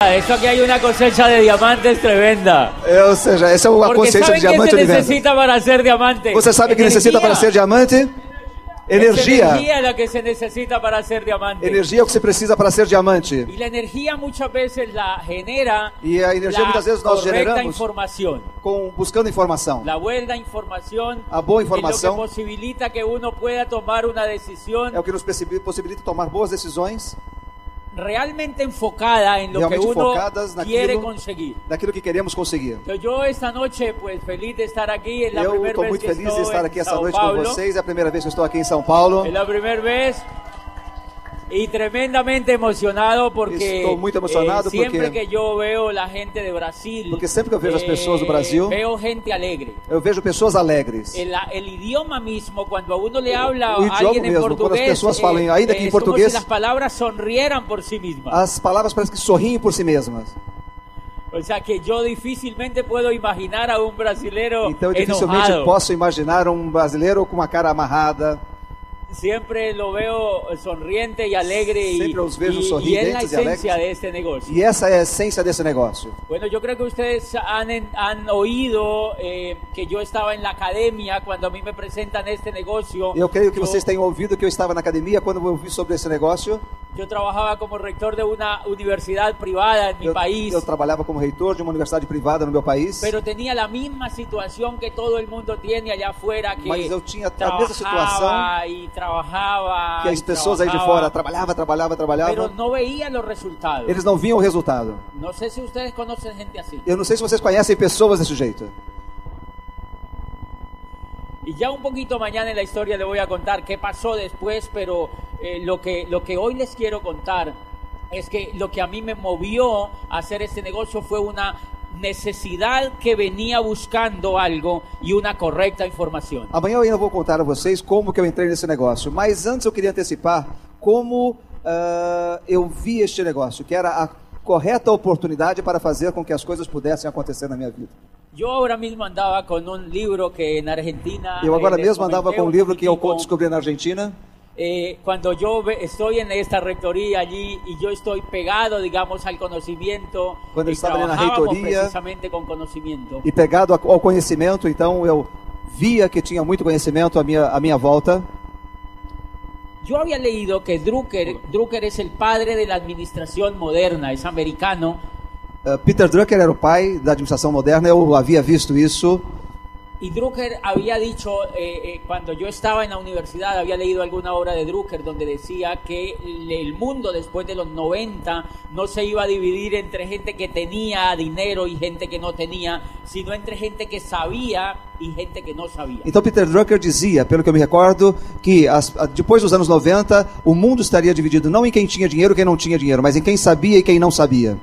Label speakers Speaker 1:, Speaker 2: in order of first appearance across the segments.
Speaker 1: Eso aquí hay una cosecha de diamantes tremenda.
Speaker 2: É, ou seja, essa é a
Speaker 1: Porque
Speaker 2: consciência
Speaker 1: ¿saben
Speaker 2: de
Speaker 1: qué
Speaker 2: diamante
Speaker 1: se
Speaker 2: universo.
Speaker 1: necesita para ser diamante?
Speaker 2: Você sabe que necessita para ser diamante?
Speaker 1: energía. Es
Speaker 2: Energia.
Speaker 1: energía la que se necesita para ser diamante.
Speaker 2: Energia é o que você precisa para ser diamante.
Speaker 1: Y la energía muchas veces la genera
Speaker 2: Y la energía
Speaker 1: la
Speaker 2: muchas veces nos
Speaker 1: correcta
Speaker 2: generamos.
Speaker 1: información.
Speaker 2: Com, buscando informação.
Speaker 1: La buena información
Speaker 2: La buena
Speaker 1: es lo que
Speaker 2: información.
Speaker 1: posibilita que uno pueda tomar una decisión
Speaker 2: É o que nos possibi- possibilita tomar boas decisões
Speaker 1: realmente enfocada en lo
Speaker 2: Realmente
Speaker 1: que uno
Speaker 2: enfocadas naquilo.
Speaker 1: quiere conseguir.
Speaker 2: daquilo que queremos conseguir.
Speaker 1: Entonces, yo esta noche, pues feliz de estar aquí. Es la
Speaker 2: Eu
Speaker 1: primera
Speaker 2: estou
Speaker 1: vez
Speaker 2: muito
Speaker 1: que
Speaker 2: feliz de
Speaker 1: estoy
Speaker 2: estar
Speaker 1: en
Speaker 2: aqui essa
Speaker 1: Sao
Speaker 2: noite com
Speaker 1: Paulo.
Speaker 2: vocês. É a primeira vez que eu estou aqui em São Paulo.
Speaker 1: Es la primera vez. Y tremendamente emocionado porque eh,
Speaker 2: Estou muito emocionado
Speaker 1: siempre que
Speaker 2: porque-
Speaker 1: yo veo la gente de Brasil, eh,
Speaker 2: Porque sempre que eu vejo as pessoas do Brasil-
Speaker 1: veo gente alegre.
Speaker 2: Eu vejo pessoas alegres.
Speaker 1: El, el idioma mismo, cuando a uno le habla
Speaker 2: O
Speaker 1: a alguien
Speaker 2: idioma
Speaker 1: en
Speaker 2: mesmo, quando as
Speaker 1: portugués, eh,
Speaker 2: pessoas falam, ainda que em
Speaker 1: es como
Speaker 2: português-
Speaker 1: si las palabras sonrieran por sí mismas.
Speaker 2: As palavras parecem que sorriem por si mesmas.
Speaker 1: O sea que yo difícilmente puedo imaginar a un brasilero
Speaker 2: Então eu dificilmente
Speaker 1: Oh, enojado.
Speaker 2: posso imaginar um brasileiro com uma cara amarrada.
Speaker 1: Siempre lo veo sonriente y alegre y,
Speaker 2: Siempre los veo
Speaker 1: y- y es la
Speaker 2: sonrientes y
Speaker 1: esencia
Speaker 2: alegres.
Speaker 1: de este negocio.
Speaker 2: E essa é a essência desse negócio.
Speaker 1: Bueno, yo creo que ustedes han, en- han oído eh, que yo estaba en la academia cuando a mí me presentan este negocio.
Speaker 2: Eu creio que
Speaker 1: Yo-
Speaker 2: vocês tenham ouvido que eu estava na academia quando eu ouvi sobre esse negócio.
Speaker 1: Yo trabajaba como rector de una universidad privada en mi
Speaker 2: Eu,
Speaker 1: país,
Speaker 2: eu trabalhava como reitor de uma universidade privada no meu país.
Speaker 1: pero tenía la misma situación que todo el mundo tiene allá afuera, que
Speaker 2: Mas eu tinha a
Speaker 1: trabajaba
Speaker 2: mesma situação
Speaker 1: y trabajaba
Speaker 2: que este
Speaker 1: y
Speaker 2: as pessoas aí de
Speaker 1: trabajaba,
Speaker 2: fora trabalhava, trabalhava,
Speaker 1: pero
Speaker 2: trabalhava.
Speaker 1: no veían los resultados.
Speaker 2: Eles não viam o resultado.
Speaker 1: No sé si ustedes conocen gente así.
Speaker 2: Eu não sei se vocês conhecem pessoas desse jeito.
Speaker 1: Y ya un poquito mañana en la historia le voy a contar qué pasó después, pero eh, lo, que, lo que hoy les quiero contar es que lo que a mí me movió a hacer este negocio fue una necesidad que venía buscando algo y una correcta información.
Speaker 2: Amanhã eu ainda vou contar a vocês como que eu entrei nesse negócio. Mas antes eu queria antecipar como ah, eu vi este negócio, que era a correta oportunidade para fazer com que as coisas pudessem acontecer na minha vida.
Speaker 1: Yo ahora mismo andaba con un libro que en Argentina...
Speaker 2: Eu agora
Speaker 1: eh, les
Speaker 2: mesmo andava
Speaker 1: comenté
Speaker 2: com um
Speaker 1: un
Speaker 2: livro que eu
Speaker 1: poquitico.
Speaker 2: descobri na Argentina.
Speaker 1: Eh, cuando yo ve- estoy en esta rectoría allí y yo estoy pegado, digamos, al conocimiento,
Speaker 2: Cuando
Speaker 1: y
Speaker 2: estaba en la
Speaker 1: trabajábamos
Speaker 2: rectoría-
Speaker 1: precisamente con conocimiento.
Speaker 2: E pegado ao conhecimento, então eu via que tinha muito conhecimento à minha, à minha volta.
Speaker 1: Yo había leído que Drucker, Drucker es el padre de la administración moderna, es americano,
Speaker 2: Ah, Peter Drucker era o pai da administração moderna, eu havia visto isso.
Speaker 1: y Drucker había dicho, eh, eh, cuando yo estaba en la universidad, había leído alguna obra de Drucker donde decía que el- el mundo después de los 90 no se iba a dividir entre gente que tenía dinero y gente que no tenía, sino entre gente que sabía y gente que no sabía.
Speaker 2: Então Peter Drucker dizia, pelo que eu me recordo, que as- a- depois dos anos 90 o mundo estaria dividido não em quem tinha dinheiro e quem não tinha dinheiro, mas em quem sabia e quem não sabia.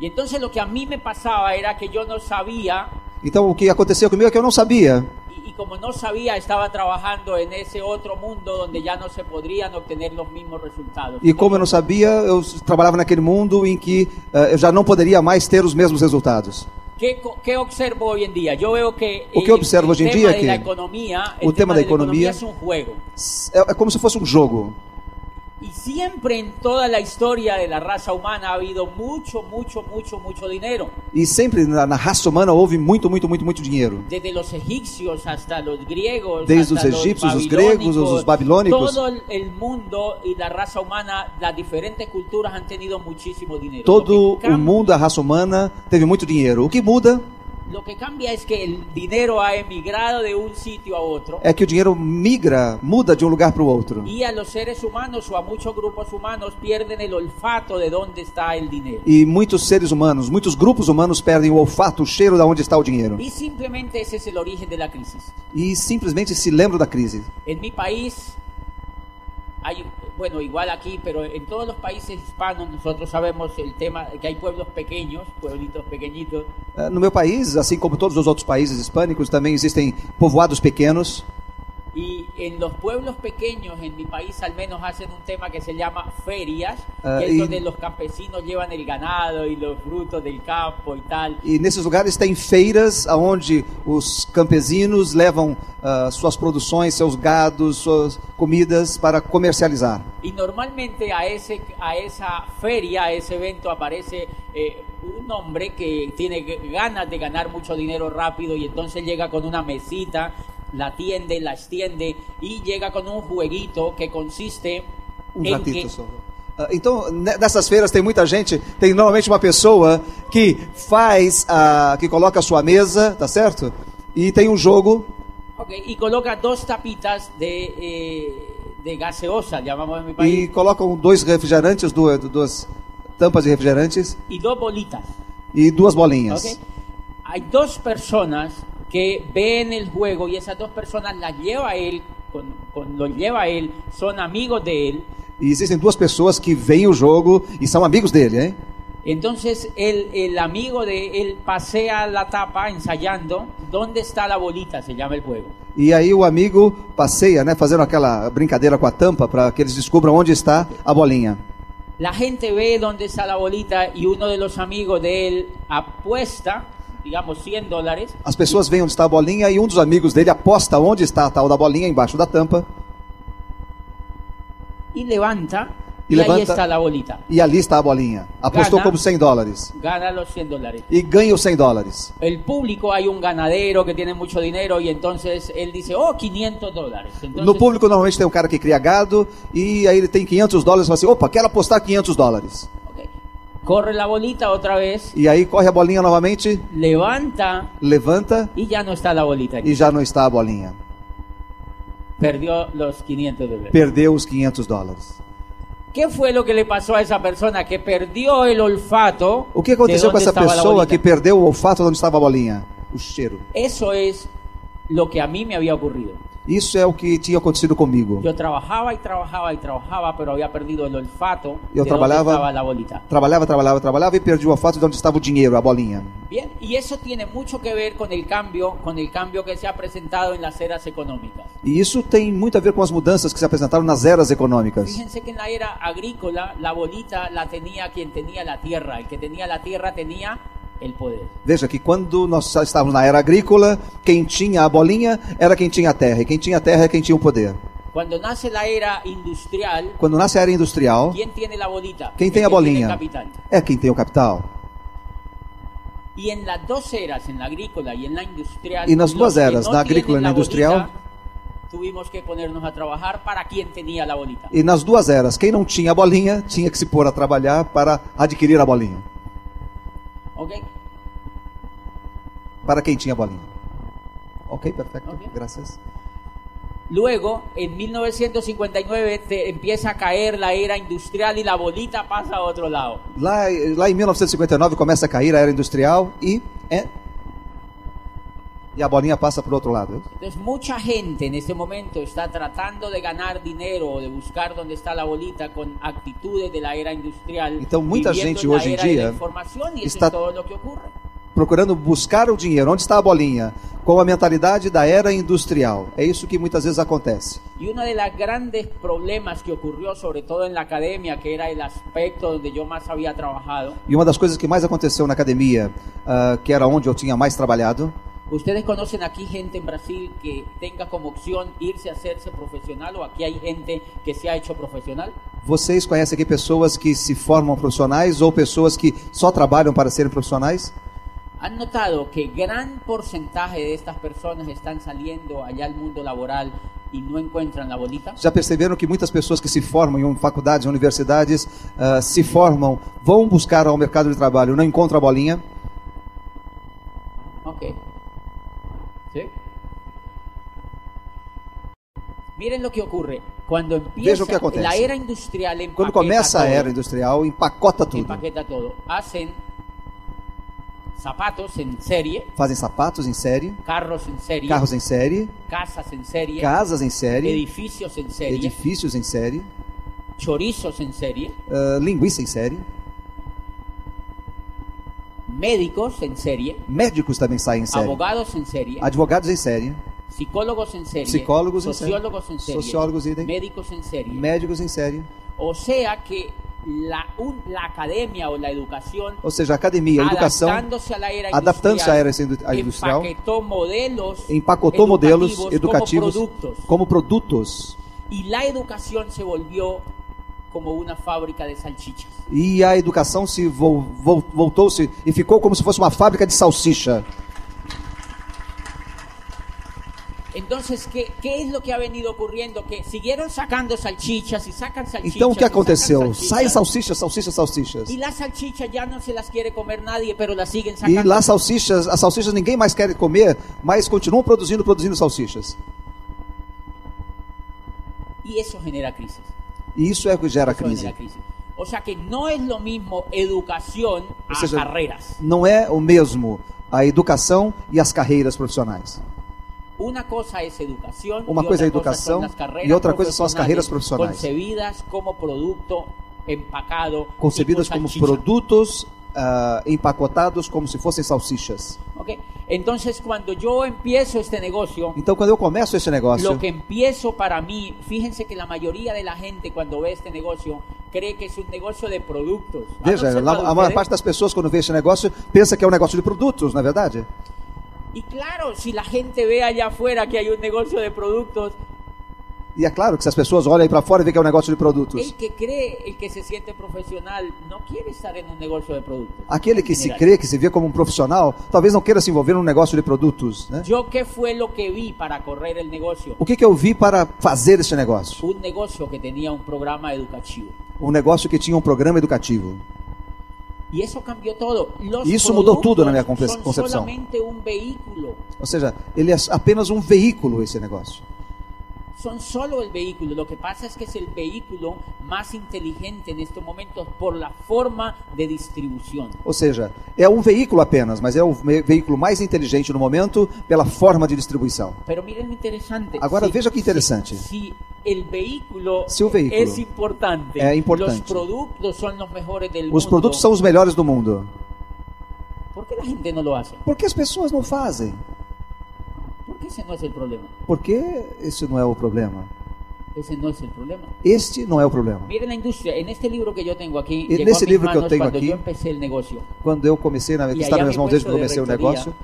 Speaker 1: Y entonces lo que a mí me pasaba era que yo no sabía
Speaker 2: Então o que aconteceu comigo é que eu não sabia.
Speaker 1: Y, y como no sabía, estaba trabajando en ese otro mundo donde ya no se podrían obtener los mismos resultados.
Speaker 2: E como eu não sabia, eu s- trabalhava naquele mundo em que eh, eu já não poderia mais ter os mesmos resultados.
Speaker 1: ¿Qué, co- qué observo hoy en día? Yo veo que
Speaker 2: ¿O qué observo hoy en
Speaker 1: tema
Speaker 2: día
Speaker 1: de
Speaker 2: que
Speaker 1: la economía, el
Speaker 2: un
Speaker 1: tema
Speaker 2: tema de
Speaker 1: de la economía
Speaker 2: economía-
Speaker 1: es un juego.
Speaker 2: S- É, é como se fosse um jogo.
Speaker 1: Y siempre en toda la historia de la raza humana ha habido mucho, mucho, mucho, mucho dinero.
Speaker 2: E sempre na, na raça humana houve muito, muito, muito, muito dinheiro.
Speaker 1: Desde los egipcios hasta los griegos,
Speaker 2: Desde
Speaker 1: hasta
Speaker 2: los egipcios, los griegos, los- los babilónicos.
Speaker 1: Todo el- el mundo y la raza humana, las diferentes culturas han tenido muchísimo dinero. Lo
Speaker 2: Todo
Speaker 1: que
Speaker 2: o
Speaker 1: cambia-
Speaker 2: mundo, a raça humana, teve muito dinheiro. O que muda
Speaker 1: Lo que cambia es que el dinero ha emigrado de un sitio a otro
Speaker 2: é que o dinheiro migra, muda de um lugar para o outro.
Speaker 1: y a los seres humanos o a muchos grupos humanos pierden el olfato de dónde está el dinero.
Speaker 2: E muitos seres humanos, muitos grupos humanos perdem o olfato, o cheiro de onde está o dinheiro.
Speaker 1: Y simplemente ese es el origen de la crisis.
Speaker 2: E simplesmente se lembram da crise.
Speaker 1: En mi país, hay, bueno, igual aquí, pero en todos los países hispanos nosotros sabemos el tema que hay pueblos pequeños, pueblitos pequeñitos,
Speaker 2: Eh, No meu país, assim como todos os outros países hispânicos, também existem povoados pequenos.
Speaker 1: y en los pueblos pequeños, en mi país al menos, hacen un tema que se llama ferias,
Speaker 2: Ah,
Speaker 1: que es
Speaker 2: y-
Speaker 1: donde los campesinos llevan el ganado y los frutos del campo y tal.
Speaker 2: E nesses lugares tem feiras onde os campesinos levam ah, suas produções, seus gados, suas comidas para comercializar.
Speaker 1: Y normalmente a, ese, a esa feria, a ese evento, aparece eh, un hombre que tiene g- ganas de ganar mucho dinero rápido y entonces llega con una mesita, la tiende, la extiende y llega con un jueguito que consiste
Speaker 2: Um
Speaker 1: en que...
Speaker 2: ratito só. Ah, Então, ne- nessas feiras tem muita gente, tem normalmente uma pessoa que faz, a, que coloca a sua mesa, tá certo? E tem um jogo,
Speaker 1: Ok, y coloca dos tapitas de, eh, de gaseosa, llamamos en mi
Speaker 2: e
Speaker 1: país,
Speaker 2: colocam dois refrigerantes, duas, duas tampas de refrigerantes
Speaker 1: y, dos bolitas.
Speaker 2: e duas bolinhas.
Speaker 1: ok. Hay dos personas que ven el juego y esas dos personas las lleva él, con, con- lo lleva él, son amigos de él.
Speaker 2: E existem duas pessoas que veem o jogo e são amigos dele, hein?
Speaker 1: Entonces el, el amigo de él pasea la tapa ensayando dónde está la bolita, se llama el juego.
Speaker 2: E aí o amigo passeia, né, fazendo aquela brincadeira com a tampa para que eles descubram onde está a bolinha.
Speaker 1: La gente ve dónde está la bolita y uno de los amigos de él apuesta, digamos 100 dólares,
Speaker 2: As pessoas veem onde está a bolinha e um dos amigos dele aposta onde está a tal da bolinha embaixo da tampa
Speaker 1: y levanta
Speaker 2: Y
Speaker 1: y, ahí
Speaker 2: levanta.
Speaker 1: está la bolita.
Speaker 2: e ali está a bolinha. Apostou
Speaker 1: Gana.
Speaker 2: como 100 dólares
Speaker 1: Gana los 100 dólares.
Speaker 2: e ganha os 100 dólares.
Speaker 1: El público hay un ganadero que tiene mucho dinero y entonces él dice, oh, 500 dólares. Entonces,
Speaker 2: No público normalmente tem um cara que cria gado e aí ele tem 500 dólares e fala assim, opa, quero apostar 500 dólares.
Speaker 1: ok. corre la bolita otra vez,
Speaker 2: E aí corre a bolinha novamente,
Speaker 1: levanta
Speaker 2: levanta
Speaker 1: y ya no está la bolita. aquí.
Speaker 2: e já não está a bolinha.
Speaker 1: Perdió los 500 dólares.
Speaker 2: Perdeu os 500 dólares.
Speaker 1: ¿Qué fue lo que le pasó a esa persona que perdió el olfato?
Speaker 2: O que
Speaker 1: de
Speaker 2: aconteceu com
Speaker 1: dónde
Speaker 2: essa
Speaker 1: estaba la
Speaker 2: pessoa
Speaker 1: bolita?
Speaker 2: que perdeu o olfato de onde estava a bolinha? O cheiro.
Speaker 1: Eso es lo que a mí me había ocurrido.
Speaker 2: Isso é o que tinha acontecido comigo.
Speaker 1: Yo trabajaba y trabajaba y trabajaba, pero había perdido el olfato
Speaker 2: Yo
Speaker 1: de dónde
Speaker 2: trabajaba-
Speaker 1: estaba la bolita.
Speaker 2: Trabalhava, trabalhava, trabalhava e perdi o olfato de onde estava o dinheiro, a bolinha.
Speaker 1: Bien, y eso tiene mucho que ver con el cambio, con el cambio que se ha presentado en las eras económicas.
Speaker 2: E isso tem muito a ver com as mudanças que se apresentaram nas eras econômicas.
Speaker 1: Fíjense que en la era agrícola la bolita la tenía quien tenía la tierra, el que tenía la tierra tenía el poder.
Speaker 2: Veja que quando nós estávamos na era agrícola, quem tinha a bolinha era quem tinha a terra, e quem tinha a terra é quem tinha o poder.
Speaker 1: Cuando nace la era industrial,
Speaker 2: Quando nasce a era industrial,
Speaker 1: ¿quién tiene la bolita?
Speaker 2: quem
Speaker 1: El
Speaker 2: tem
Speaker 1: que tiene
Speaker 2: a
Speaker 1: el
Speaker 2: bolinha
Speaker 1: capital.
Speaker 2: é quem tem o capital.
Speaker 1: Y en las dos eras, en la agrícola y en la industrial,
Speaker 2: Y en las
Speaker 1: los
Speaker 2: dos
Speaker 1: que
Speaker 2: eras, la
Speaker 1: tienen
Speaker 2: agrícola y la industrial,
Speaker 1: bolita, tuvimos que ponernos a trabajar para quien tenía la bolita.
Speaker 2: E nas duas eras, quem não tinha a bolinha tinha que se pôr a trabalhar para adquirir a bolinha.
Speaker 1: ¿Ok?
Speaker 2: Para quem tinha a bolinha. Ok, perfeito.
Speaker 1: Ok.
Speaker 2: Graças.
Speaker 1: Luego, en 1959, te- empieza a caer la era industrial y la bolita pasa a otro lado.
Speaker 2: Lá, lá em 1959 começa a cair a era industrial e é, e a bolinha passa para o outro lado.
Speaker 1: Entonces, mucha gente en este momento está tratando de ganar dinero o de buscar dónde está la bolita con actitudes de la era industrial.
Speaker 2: Então, muita
Speaker 1: viviendo
Speaker 2: gente
Speaker 1: en la
Speaker 2: hoje em
Speaker 1: era de la
Speaker 2: dia
Speaker 1: información y eso
Speaker 2: está-
Speaker 1: es todo lo que ocurre.
Speaker 2: Procurando buscar o dinheiro. Onde está a bolinha? Com a mentalidade da era industrial. É isso que muitas vezes acontece.
Speaker 1: Y uno de los grandes problemas que ocurrió, sobre todo en la academia, que era el aspecto donde yo más había trabajado.
Speaker 2: E uma das coisas que mais aconteceu na academia, ah, que era onde eu tinha mais trabalhado,
Speaker 1: Ustedes conocen aquí gente en Brasil que tenga como opción irse a hacerse profesional o aquí hay gente que se ha hecho profesional.
Speaker 2: vocês conhecem aqui pessoas que se formam profissionais ou pessoas que só trabalham para serem profissionais?
Speaker 1: ¿Han notado que gran porcentaje de estas personas están saliendo allá al mundo laboral y no encuentran la bolita?
Speaker 2: Já perceberam que muitas pessoas que se formam em um faculdades, universidades, ah, se formam, vão buscar ao mercado de trabalho, não encontram a bolinha?
Speaker 1: Ok. ¿Sí? Miren lo que ocurre. Cuando empieza
Speaker 2: Veja o que acontece.
Speaker 1: la era industrial
Speaker 2: Quando
Speaker 1: empaqueta
Speaker 2: começa a
Speaker 1: todo.
Speaker 2: era industrial, empacota tudo.
Speaker 1: empaqueta todo. Hacen zapatos en serie,
Speaker 2: Fazem sapatos em série,
Speaker 1: carros en serie,
Speaker 2: carros em série,
Speaker 1: casas en serie,
Speaker 2: casas em série,
Speaker 1: edificios en serie,
Speaker 2: edifícios em série,
Speaker 1: chorizos en serie,
Speaker 2: ah, linguiça em série,
Speaker 1: médicos en serie,
Speaker 2: médicos também saem em série,
Speaker 1: abogados en serie,
Speaker 2: advogados em série,
Speaker 1: psicólogos en serie,
Speaker 2: Psicólogos en serie,
Speaker 1: sociólogos en serie,
Speaker 2: sociólogos idem,
Speaker 1: médicos en serie.
Speaker 2: médicos em série.
Speaker 1: o sea que la, un- la academia o la educación
Speaker 2: Ou seja, a academia, a educação
Speaker 1: adaptándose a la era
Speaker 2: adaptando-se à era industrial,
Speaker 1: empaquetó modelos
Speaker 2: empacotou modelos educativos
Speaker 1: como productos
Speaker 2: como produtos.
Speaker 1: y la educación se volvió como una fábrica de salchichas
Speaker 2: E a educação se vol- vol- voltou-se e ficou como se fosse uma fábrica de salsicha.
Speaker 1: Entonces, ¿qué, ¿qué es lo que ha venido ocurriendo? Que siguieron sacando salchichas y sacan salchichas.
Speaker 2: Então o que
Speaker 1: y sacan
Speaker 2: aconteceu?
Speaker 1: salchichas.
Speaker 2: Sai salsicha, salsicha, salsichas.
Speaker 1: Y las salchichas ya no se las quiere comer nadie, pero las siguen
Speaker 2: E
Speaker 1: sacando.
Speaker 2: lá salsichas, as salsichas ninguém mais quer comer, mas continuam produzindo, produzindo salsichas.
Speaker 1: Y eso genera crisis.
Speaker 2: E isso é o que gera
Speaker 1: Eso genera
Speaker 2: crise.
Speaker 1: crisis. O sea que no es lo mismo educación a
Speaker 2: sea, ya-
Speaker 1: carreras.
Speaker 2: Não é o mesmo a educação e as carreiras profissionais.
Speaker 1: Una cosa es educación,
Speaker 2: Uma
Speaker 1: y
Speaker 2: coisa é
Speaker 1: otra cosa
Speaker 2: educação,
Speaker 1: son las carreras
Speaker 2: e outra coisa são as carreiras
Speaker 1: profesionales, Concebidas como producto empacado. y
Speaker 2: Concebidas
Speaker 1: con
Speaker 2: como
Speaker 1: salchicha.
Speaker 2: produtos ah, empacotados como se fossem salsichas.
Speaker 1: Ok. Entonces, cuando yo empiezo este negocio,
Speaker 2: Então quando eu começo esse negócio,
Speaker 1: Lo que empiezo para mí, fíjense que la mayoría de la gente cuando ve este negocio cree que es un negocio de productos. Ah, ¿Han
Speaker 2: veja,
Speaker 1: observado
Speaker 2: lá- a maior
Speaker 1: ustedes?
Speaker 2: parte das pessoas quando vê esse negócio pensa que é um negócio de produtos, na é verdade?
Speaker 1: Y claro, si la gente ve allá afuera que hay un negocio de productos,
Speaker 2: E é claro que se as pessoas olham aí para fora e veem que é um negócio de produtos,
Speaker 1: el que cree, el que se siente profesional, no quiere estar en un negocio de productos.
Speaker 2: aquele
Speaker 1: en
Speaker 2: que se
Speaker 1: general.
Speaker 2: crê, que se vê como um profissional, talvez não queira se envolver num negócio de produtos, né?
Speaker 1: Yo qué fue lo que vi para correr el negocio?
Speaker 2: O que, que eu vi para fazer esse negócio?
Speaker 1: Un negocio que tenía un programa educativo.
Speaker 2: Um negócio que tinha um programa educativo.
Speaker 1: Y eso cambió todo. Los
Speaker 2: Y eso mudó todo en la
Speaker 1: productos
Speaker 2: mía conce-
Speaker 1: son
Speaker 2: concepción.
Speaker 1: solamente un vehículo.
Speaker 2: Ou seja, ele é apenas um veículo esse negócio.
Speaker 1: son solo el vehículo. Lo que pasa es que es el vehículo más inteligente en estos momentos por la forma de distribución.
Speaker 2: Ou seja, é um veículo apenas, mas é o ve- veículo mais inteligente no momento pela forma de distribuição.
Speaker 1: Pero miren lo interesante.
Speaker 2: Agora veja que interessante.
Speaker 1: Si, si el vehículo
Speaker 2: Si un vehículo
Speaker 1: es importante,
Speaker 2: es importante.
Speaker 1: los productos son los mejores del
Speaker 2: Os
Speaker 1: mundo.
Speaker 2: produtos são os melhores do mundo.
Speaker 1: ¿Por qué la gente no lo hace?
Speaker 2: Por que as pessoas não fazem?
Speaker 1: Porque ese no es el problema.
Speaker 2: Porque esse não é o problema.
Speaker 1: Ese no es el problema.
Speaker 2: Este não é o problema.
Speaker 1: Miren la industria. En este libro que yo tengo aquí,
Speaker 2: En
Speaker 1: llegó a
Speaker 2: ese
Speaker 1: mis
Speaker 2: libro que yo
Speaker 1: manos
Speaker 2: tengo
Speaker 1: cuando
Speaker 2: aquí,
Speaker 1: yo empecé el negocio.
Speaker 2: Quando eu comecei na
Speaker 1: E
Speaker 2: está
Speaker 1: aí
Speaker 2: nas
Speaker 1: a
Speaker 2: minhas mãos desde que eu
Speaker 1: reitoria,
Speaker 2: comecei o
Speaker 1: reitoria.
Speaker 2: negócio,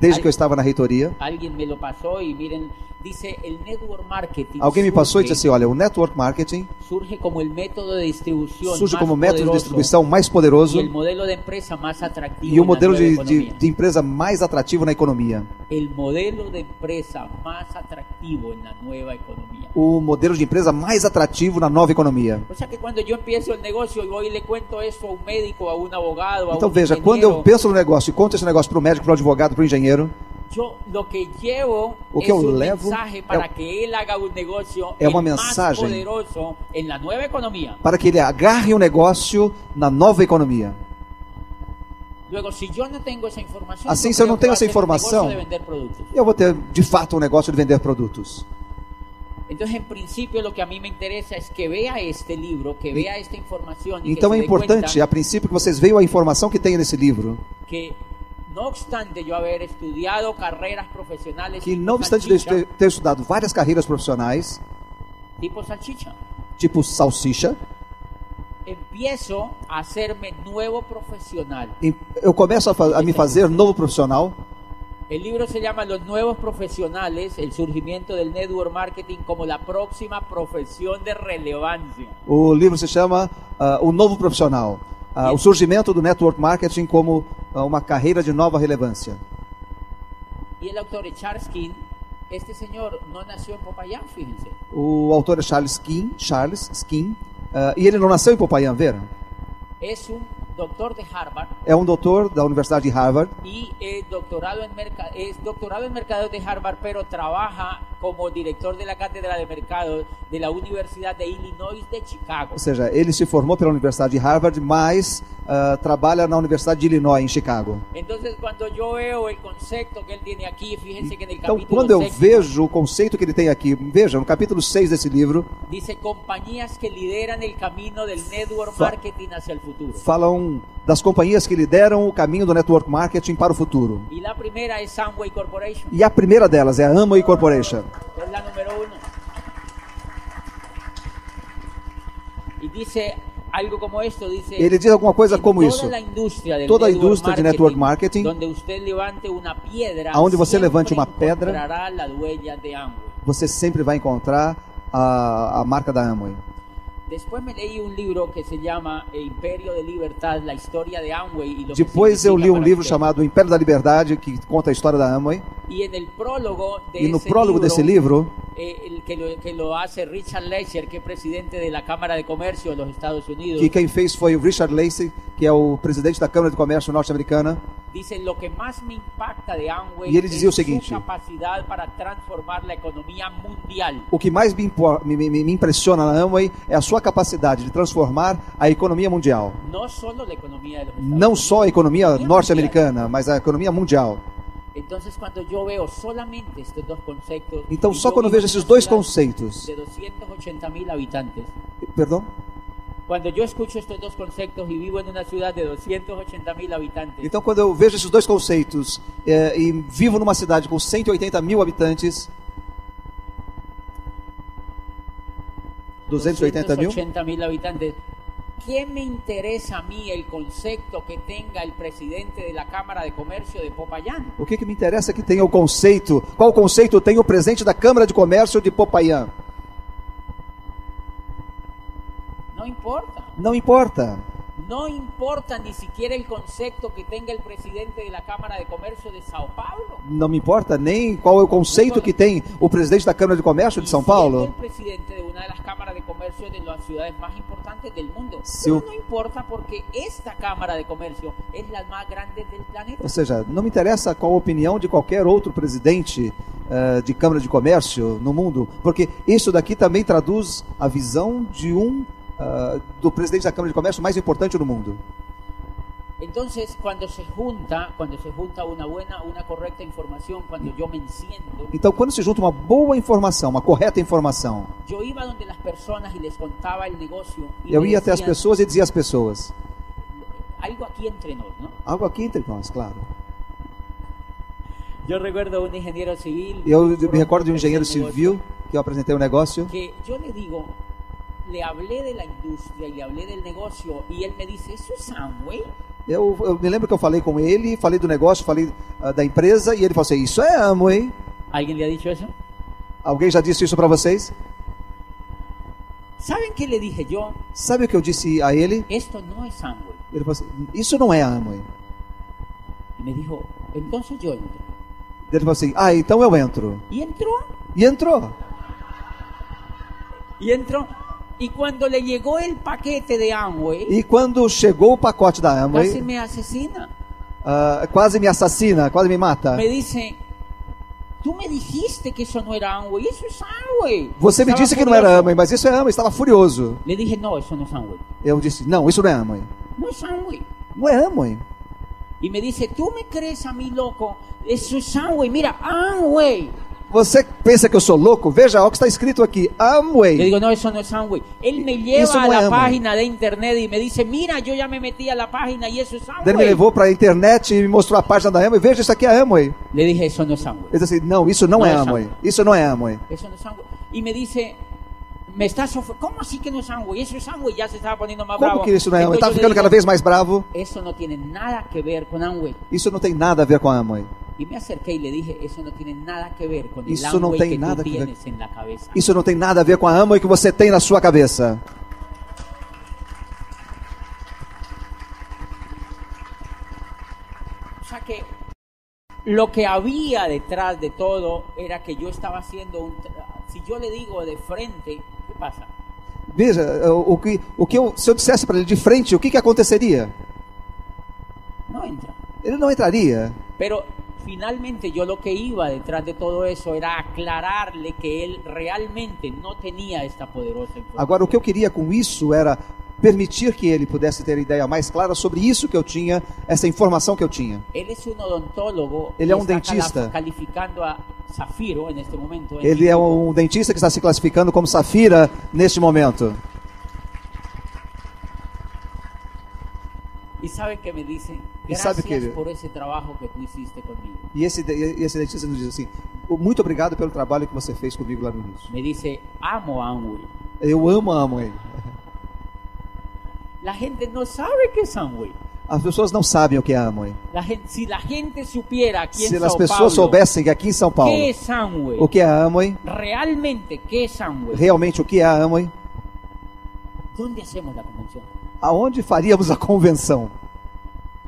Speaker 2: desde que eu estava na reitoria,
Speaker 1: Alguien me lo pasó y miren, dice el network marketing.
Speaker 2: alguém me passou e disse
Speaker 1: surge
Speaker 2: assim: olha, o network marketing
Speaker 1: surge como el método de distribución
Speaker 2: surge
Speaker 1: más
Speaker 2: como método de
Speaker 1: poderoso
Speaker 2: distribuição mais
Speaker 1: y
Speaker 2: poderoso
Speaker 1: el modelo de empresa más atractivo
Speaker 2: e o
Speaker 1: en la
Speaker 2: modelo
Speaker 1: nueva
Speaker 2: de, de-
Speaker 1: economía.
Speaker 2: de empresa mais atrativo na economia.
Speaker 1: el modelo de empresa más atractivo en la nueva economía
Speaker 2: O modelo de empresa mais atrativo na nova economia.
Speaker 1: o sea que cuando yo empiezo el negocio y voy y le cuento esto a un médico a un abogado a
Speaker 2: Então
Speaker 1: un
Speaker 2: veja, quando eu
Speaker 1: ingeniero,
Speaker 2: penso no negócio e conto esse negócio para o médico, para o advogado, para o engenheiro,
Speaker 1: yo lo que llevo
Speaker 2: O que
Speaker 1: es
Speaker 2: eu
Speaker 1: un
Speaker 2: levo
Speaker 1: mensaje
Speaker 2: é-
Speaker 1: para que él haga un negocio
Speaker 2: é uma
Speaker 1: el más
Speaker 2: mensagem.
Speaker 1: poderoso en la nueva economía
Speaker 2: para que ele agarre o negócio na nova economia.
Speaker 1: luego si yo no tengo esa información
Speaker 2: Assim,
Speaker 1: yo
Speaker 2: se eu
Speaker 1: creo
Speaker 2: não
Speaker 1: que
Speaker 2: tenho
Speaker 1: va a
Speaker 2: essa
Speaker 1: ser un negocio
Speaker 2: informação-
Speaker 1: de vender productos
Speaker 2: Eu vou ter de fato um negócio de vender produtos.
Speaker 1: Entonces, en principio, lo que a mí me interesa es que vea este libro, que vea esta información. Y
Speaker 2: Então
Speaker 1: que se
Speaker 2: é
Speaker 1: dé
Speaker 2: importante, a
Speaker 1: cuenta
Speaker 2: princípio, que vocês vejam a informação que tem nesse livro.
Speaker 1: que no obstante yo haber estudiado carreras profesionales
Speaker 2: Que
Speaker 1: tipo
Speaker 2: não obstante de eu
Speaker 1: salchicha,
Speaker 2: ter, ter estudado várias carreiras profissionais,
Speaker 1: tipo salchicha,
Speaker 2: tipo salsicha,
Speaker 1: empiezo a hacerme nuevo profesional.
Speaker 2: e eu começo a, fa- a me fazer novo profissional.
Speaker 1: El libro se llama Los nuevos profesionales, el surgimiento del network marketing como la próxima profesión de relevancia.
Speaker 2: O livro se chama ah, O Novo Profissional. Ah, o surgimento do network marketing como ah, uma carreira de nova relevância.
Speaker 1: Y el autor Echarskin, este señor no nació en Popayán, fíjense.
Speaker 2: O autor é Charles Skin, Charles Skin, ah, e ele não nasceu em Popayán, veram?
Speaker 1: Es un doctor de Harvard.
Speaker 2: É um doutor da Universidade de Harvard,
Speaker 1: y es doctorado en merca- es doctorado en mercado de Harvard, pero trabaja como director de la Cátedra de Mercado de la Universidad de Illinois de Chicago.
Speaker 2: Ou seja, ele se formou pela Universidade de Harvard, mas ah, trabalha na Universidade de Illinois, em Chicago.
Speaker 1: Entonces, cuando yo veo el concepto que él tiene aquí, fíjense que en el
Speaker 2: Então,
Speaker 1: capítulo
Speaker 2: quando eu
Speaker 1: sexto
Speaker 2: vejo o conceito que ele tem aqui, veja, no capítulo 6 desse livro,
Speaker 1: dice compañías que lideran el camino del network
Speaker 2: Fa-
Speaker 1: marketing hacia el futuro.
Speaker 2: falam das companhias que lideram o caminho do network marketing para o futuro.
Speaker 1: Y la primera es Samway Corporation,
Speaker 2: E a primeira delas é a Amway Corporation.
Speaker 1: es la número uno. Y dice algo como esto, dice...
Speaker 2: Ele diz alguma coisa
Speaker 1: en
Speaker 2: como
Speaker 1: toda
Speaker 2: isso.
Speaker 1: la industria del
Speaker 2: Pues, Toda a
Speaker 1: network
Speaker 2: indústria de network marketing,
Speaker 1: donde usted levante una piedra,
Speaker 2: aonde você
Speaker 1: siempre
Speaker 2: levante uma pedra,
Speaker 1: encontrará la huella de Amway.
Speaker 2: Você sempre vai encontrar a, a marca da Amway.
Speaker 1: Después me leí un libro que se llama El Imperio de Libertad, la historia de Amway. Y lo que
Speaker 2: Depois eu
Speaker 1: significa
Speaker 2: li um
Speaker 1: para
Speaker 2: livro
Speaker 1: usted.
Speaker 2: chamado O Império da Liberdade, que conta a história da Amway.
Speaker 1: Y en el prólogo de
Speaker 2: E no
Speaker 1: ese
Speaker 2: prólogo
Speaker 1: libro,
Speaker 2: desse livro,
Speaker 1: eh, el que, lo, que lo hace Richard Lesher, que es presidente de la Cámara de Comercio de los Estados Unidos,
Speaker 2: que quem fez foi o Richard Lacey, que é o presidente da Câmara de Comércio norte-americana.
Speaker 1: dice lo que más me impacta de Amway
Speaker 2: Y él decía
Speaker 1: es
Speaker 2: lo siguiente.
Speaker 1: su capacidad para transformar la economía mundial.
Speaker 2: O que mais me, impor- me- me- me impressiona na Amway é a sua capacidade de transformar a economia mundial.
Speaker 1: No solo la economía de los Estados
Speaker 2: Não só a economia
Speaker 1: Mundial.
Speaker 2: norte-americana, mas a economia mundial.
Speaker 1: Entonces cuando yo veo solamente estos dos conceptos...
Speaker 2: Então,
Speaker 1: y
Speaker 2: só
Speaker 1: yo
Speaker 2: quando eu
Speaker 1: vivo
Speaker 2: vejo
Speaker 1: en
Speaker 2: esses
Speaker 1: una
Speaker 2: dois
Speaker 1: ciudad
Speaker 2: conceitos.
Speaker 1: De 280 mil habitantes.
Speaker 2: Perdão?
Speaker 1: Cuando yo escucho estos dos conceptos y vivo en una ciudad de 280 mil habitantes,
Speaker 2: Então, quando eu vejo esses dois conceitos é, e vivo numa cidade com 180 mil habitantes. 280 mil?
Speaker 1: 280 mil habitantes, ¿qué me interesa a mí el concepto que tenga el presidente de la Cámara de Comercio de Popayán?
Speaker 2: O que, que me interessa é que tenha o conceito. Qual conceito tem o presidente da Câmara de Comércio de Popayán?
Speaker 1: No importa.
Speaker 2: Não importa.
Speaker 1: No importa ni siquiera el concepto que tenga el presidente de la Cámara de Comercio de Sao Paulo.
Speaker 2: Não me importa nem qual é o conceito que tem o presidente da Câmara de Comércio de
Speaker 1: Y
Speaker 2: São
Speaker 1: siendo
Speaker 2: Paulo.
Speaker 1: El presidente de una de las cámaras de comercio de las ciudades más importantes del mundo.
Speaker 2: Sí.
Speaker 1: Pero no importa porque esta cámara de comercio es la más grande del planeta.
Speaker 2: Ou seja, não me interessa qual a opinião de qualquer outro presidente eh, de Câmara de Comércio no mundo, porque isso daqui também traduz a visão de um ah, do presidente da Câmara de Comércio mais importante no mundo.
Speaker 1: Entonces, cuando se junta, cuando se junta una buena, una correcta información, cuando yo me enciendo,
Speaker 2: Então, quando se junta uma boa informação, uma correta informação,
Speaker 1: yo iba donde las personas y les contaba el negocio. Y
Speaker 2: eu
Speaker 1: me
Speaker 2: ia até as
Speaker 1: decían,
Speaker 2: pessoas e dizia às pessoas:
Speaker 1: Algo aquí entre nos, ¿no?
Speaker 2: algo aqui entre nós, claro.
Speaker 1: Yo recuerdo un ingeniero civil.
Speaker 2: Eu
Speaker 1: por
Speaker 2: me recordo de um
Speaker 1: ofrecer
Speaker 2: engenheiro
Speaker 1: negocio,
Speaker 2: civil que eu apresentei um negócio.
Speaker 1: que yo le digo, le hablé de la industria y le hablé del negocio e él me dice, ¿eso es Amway?
Speaker 2: Eu, eu me lembro que eu falei com ele, falei do negócio, falei ah, da empresa, e ele falou assim: Isso é amo, hein?
Speaker 1: ¿Alguien le ha dicho eso?
Speaker 2: Alguém já disse isso para vocês?
Speaker 1: ¿Saben qué le dije yo?
Speaker 2: Sabe o que eu disse a ele?
Speaker 1: Esto no es Amway.
Speaker 2: Ele falou assim, isso não é a Amway.
Speaker 1: Y me dijo, entonces yo entro.
Speaker 2: Ele falou assim, ah, então eu entro.
Speaker 1: Y entró,
Speaker 2: E entrou.
Speaker 1: y entró. Y cuando le llegó el paquete de Amway,
Speaker 2: E quando chegou o pacote da
Speaker 1: casi
Speaker 2: Amway,
Speaker 1: me asesina.
Speaker 2: ah, quase me assassina, quase me mata.
Speaker 1: Me dice, tú me dijiste que eso no era Amway, eso es Amway.
Speaker 2: Você me
Speaker 1: Estaba
Speaker 2: disse que não era
Speaker 1: furioso.
Speaker 2: Amway, mas isso é Amway. Estava furioso.
Speaker 1: Le dije, no, eso no es Amway.
Speaker 2: Eu disse, não, isso não é Amway.
Speaker 1: No es Amway.
Speaker 2: Não é Amway.
Speaker 1: Y me dice, tú me crees a mí loco, eso es Amway, mira, Amway.
Speaker 2: Você pensa que eu sou louco? Veja ó, o que está escrito aqui,
Speaker 1: Le
Speaker 2: Amway.
Speaker 1: digo, no, eso no es Amway. Él me
Speaker 2: Eso
Speaker 1: lleva
Speaker 2: no
Speaker 1: a
Speaker 2: es
Speaker 1: la
Speaker 2: Amway.
Speaker 1: página de internet y me dice, mira, yo ya me metí a la página y eso es Amway.
Speaker 2: Ele me levou para a internet e me mostrou a página da Amway. Veja, isso aqui é Amway.
Speaker 1: Le dije, eso no es Amway.
Speaker 2: Ele disse assim, não, isso não,
Speaker 1: Não
Speaker 2: é
Speaker 1: é
Speaker 2: Amway. Isso não é Amway.
Speaker 1: Eso no es Amway. Y me dice, me estás ofre- ¿Cómo así que no es Amway? Eso es Amway. Ya se estaba poniendo más bravo.
Speaker 2: Como que isso não é Amway?
Speaker 1: Entonces
Speaker 2: Estava
Speaker 1: yo le
Speaker 2: ficando
Speaker 1: digo,
Speaker 2: cada vez mais bravo.
Speaker 1: Eso no tiene nada que ver con Amway.
Speaker 2: Isso não tem nada a ver com a Amway.
Speaker 1: Y me acerqué y le dije, eso no tiene nada que ver con el
Speaker 2: Eso no
Speaker 1: Amway
Speaker 2: tiene
Speaker 1: que tú
Speaker 2: nada que ver.
Speaker 1: tienes en la cabeza.
Speaker 2: Isso não tem nada a ver com a Amway que você tem na sua cabeça.
Speaker 1: O sea que lo que había detrás de todo era que yo estaba haciendo un... tra- Si yo le digo de frente, ¿qué pasa?
Speaker 2: Veja, o o que, o que eu, se eu dissesse para ele de frente, o que, que aconteceria?
Speaker 1: No entra.
Speaker 2: Ele não entraria.
Speaker 1: Pero Finalmente yo lo que iba detrás de todo eso era aclararle que él realmente no tenía esta poderosa información.
Speaker 2: Agora, o que eu queria com isso era permitir que ele pudesse ter ideia mais clara sobre isso que eu tinha, essa informação que eu tinha.
Speaker 1: Él es un odontólogo.
Speaker 2: Él es
Speaker 1: y
Speaker 2: un
Speaker 1: está
Speaker 2: dentista.
Speaker 1: cala- Calificando a Zafiro en este momento. en-
Speaker 2: Ele é um dentista que está se classificando como Safira neste momento.
Speaker 1: Y saben que me dicen,
Speaker 2: Y sabe
Speaker 1: gracias
Speaker 2: que-
Speaker 1: por esse trabalho que tú hiciste comigo.
Speaker 2: E esse, de- e esse dentista nos diz assim: Muito obrigado pelo trabalho que você fez comigo lá no início.
Speaker 1: Me dice, amo a Amway.
Speaker 2: Eu amo a Amway.
Speaker 1: La gente no sabe qué es Amway.
Speaker 2: As pessoas não sabem o que é a Amway.
Speaker 1: La gente, si la gente supiera aquí en
Speaker 2: Se
Speaker 1: Sao
Speaker 2: as
Speaker 1: Paulo,
Speaker 2: pessoas soubessem que aqui em São Paulo
Speaker 1: qué es Amway,
Speaker 2: o que é a Amway,
Speaker 1: realmente qué es Amway,
Speaker 2: realmente o que é a Amway,
Speaker 1: ¿dónde hacemos la convención?
Speaker 2: aonde faríamos a convenção?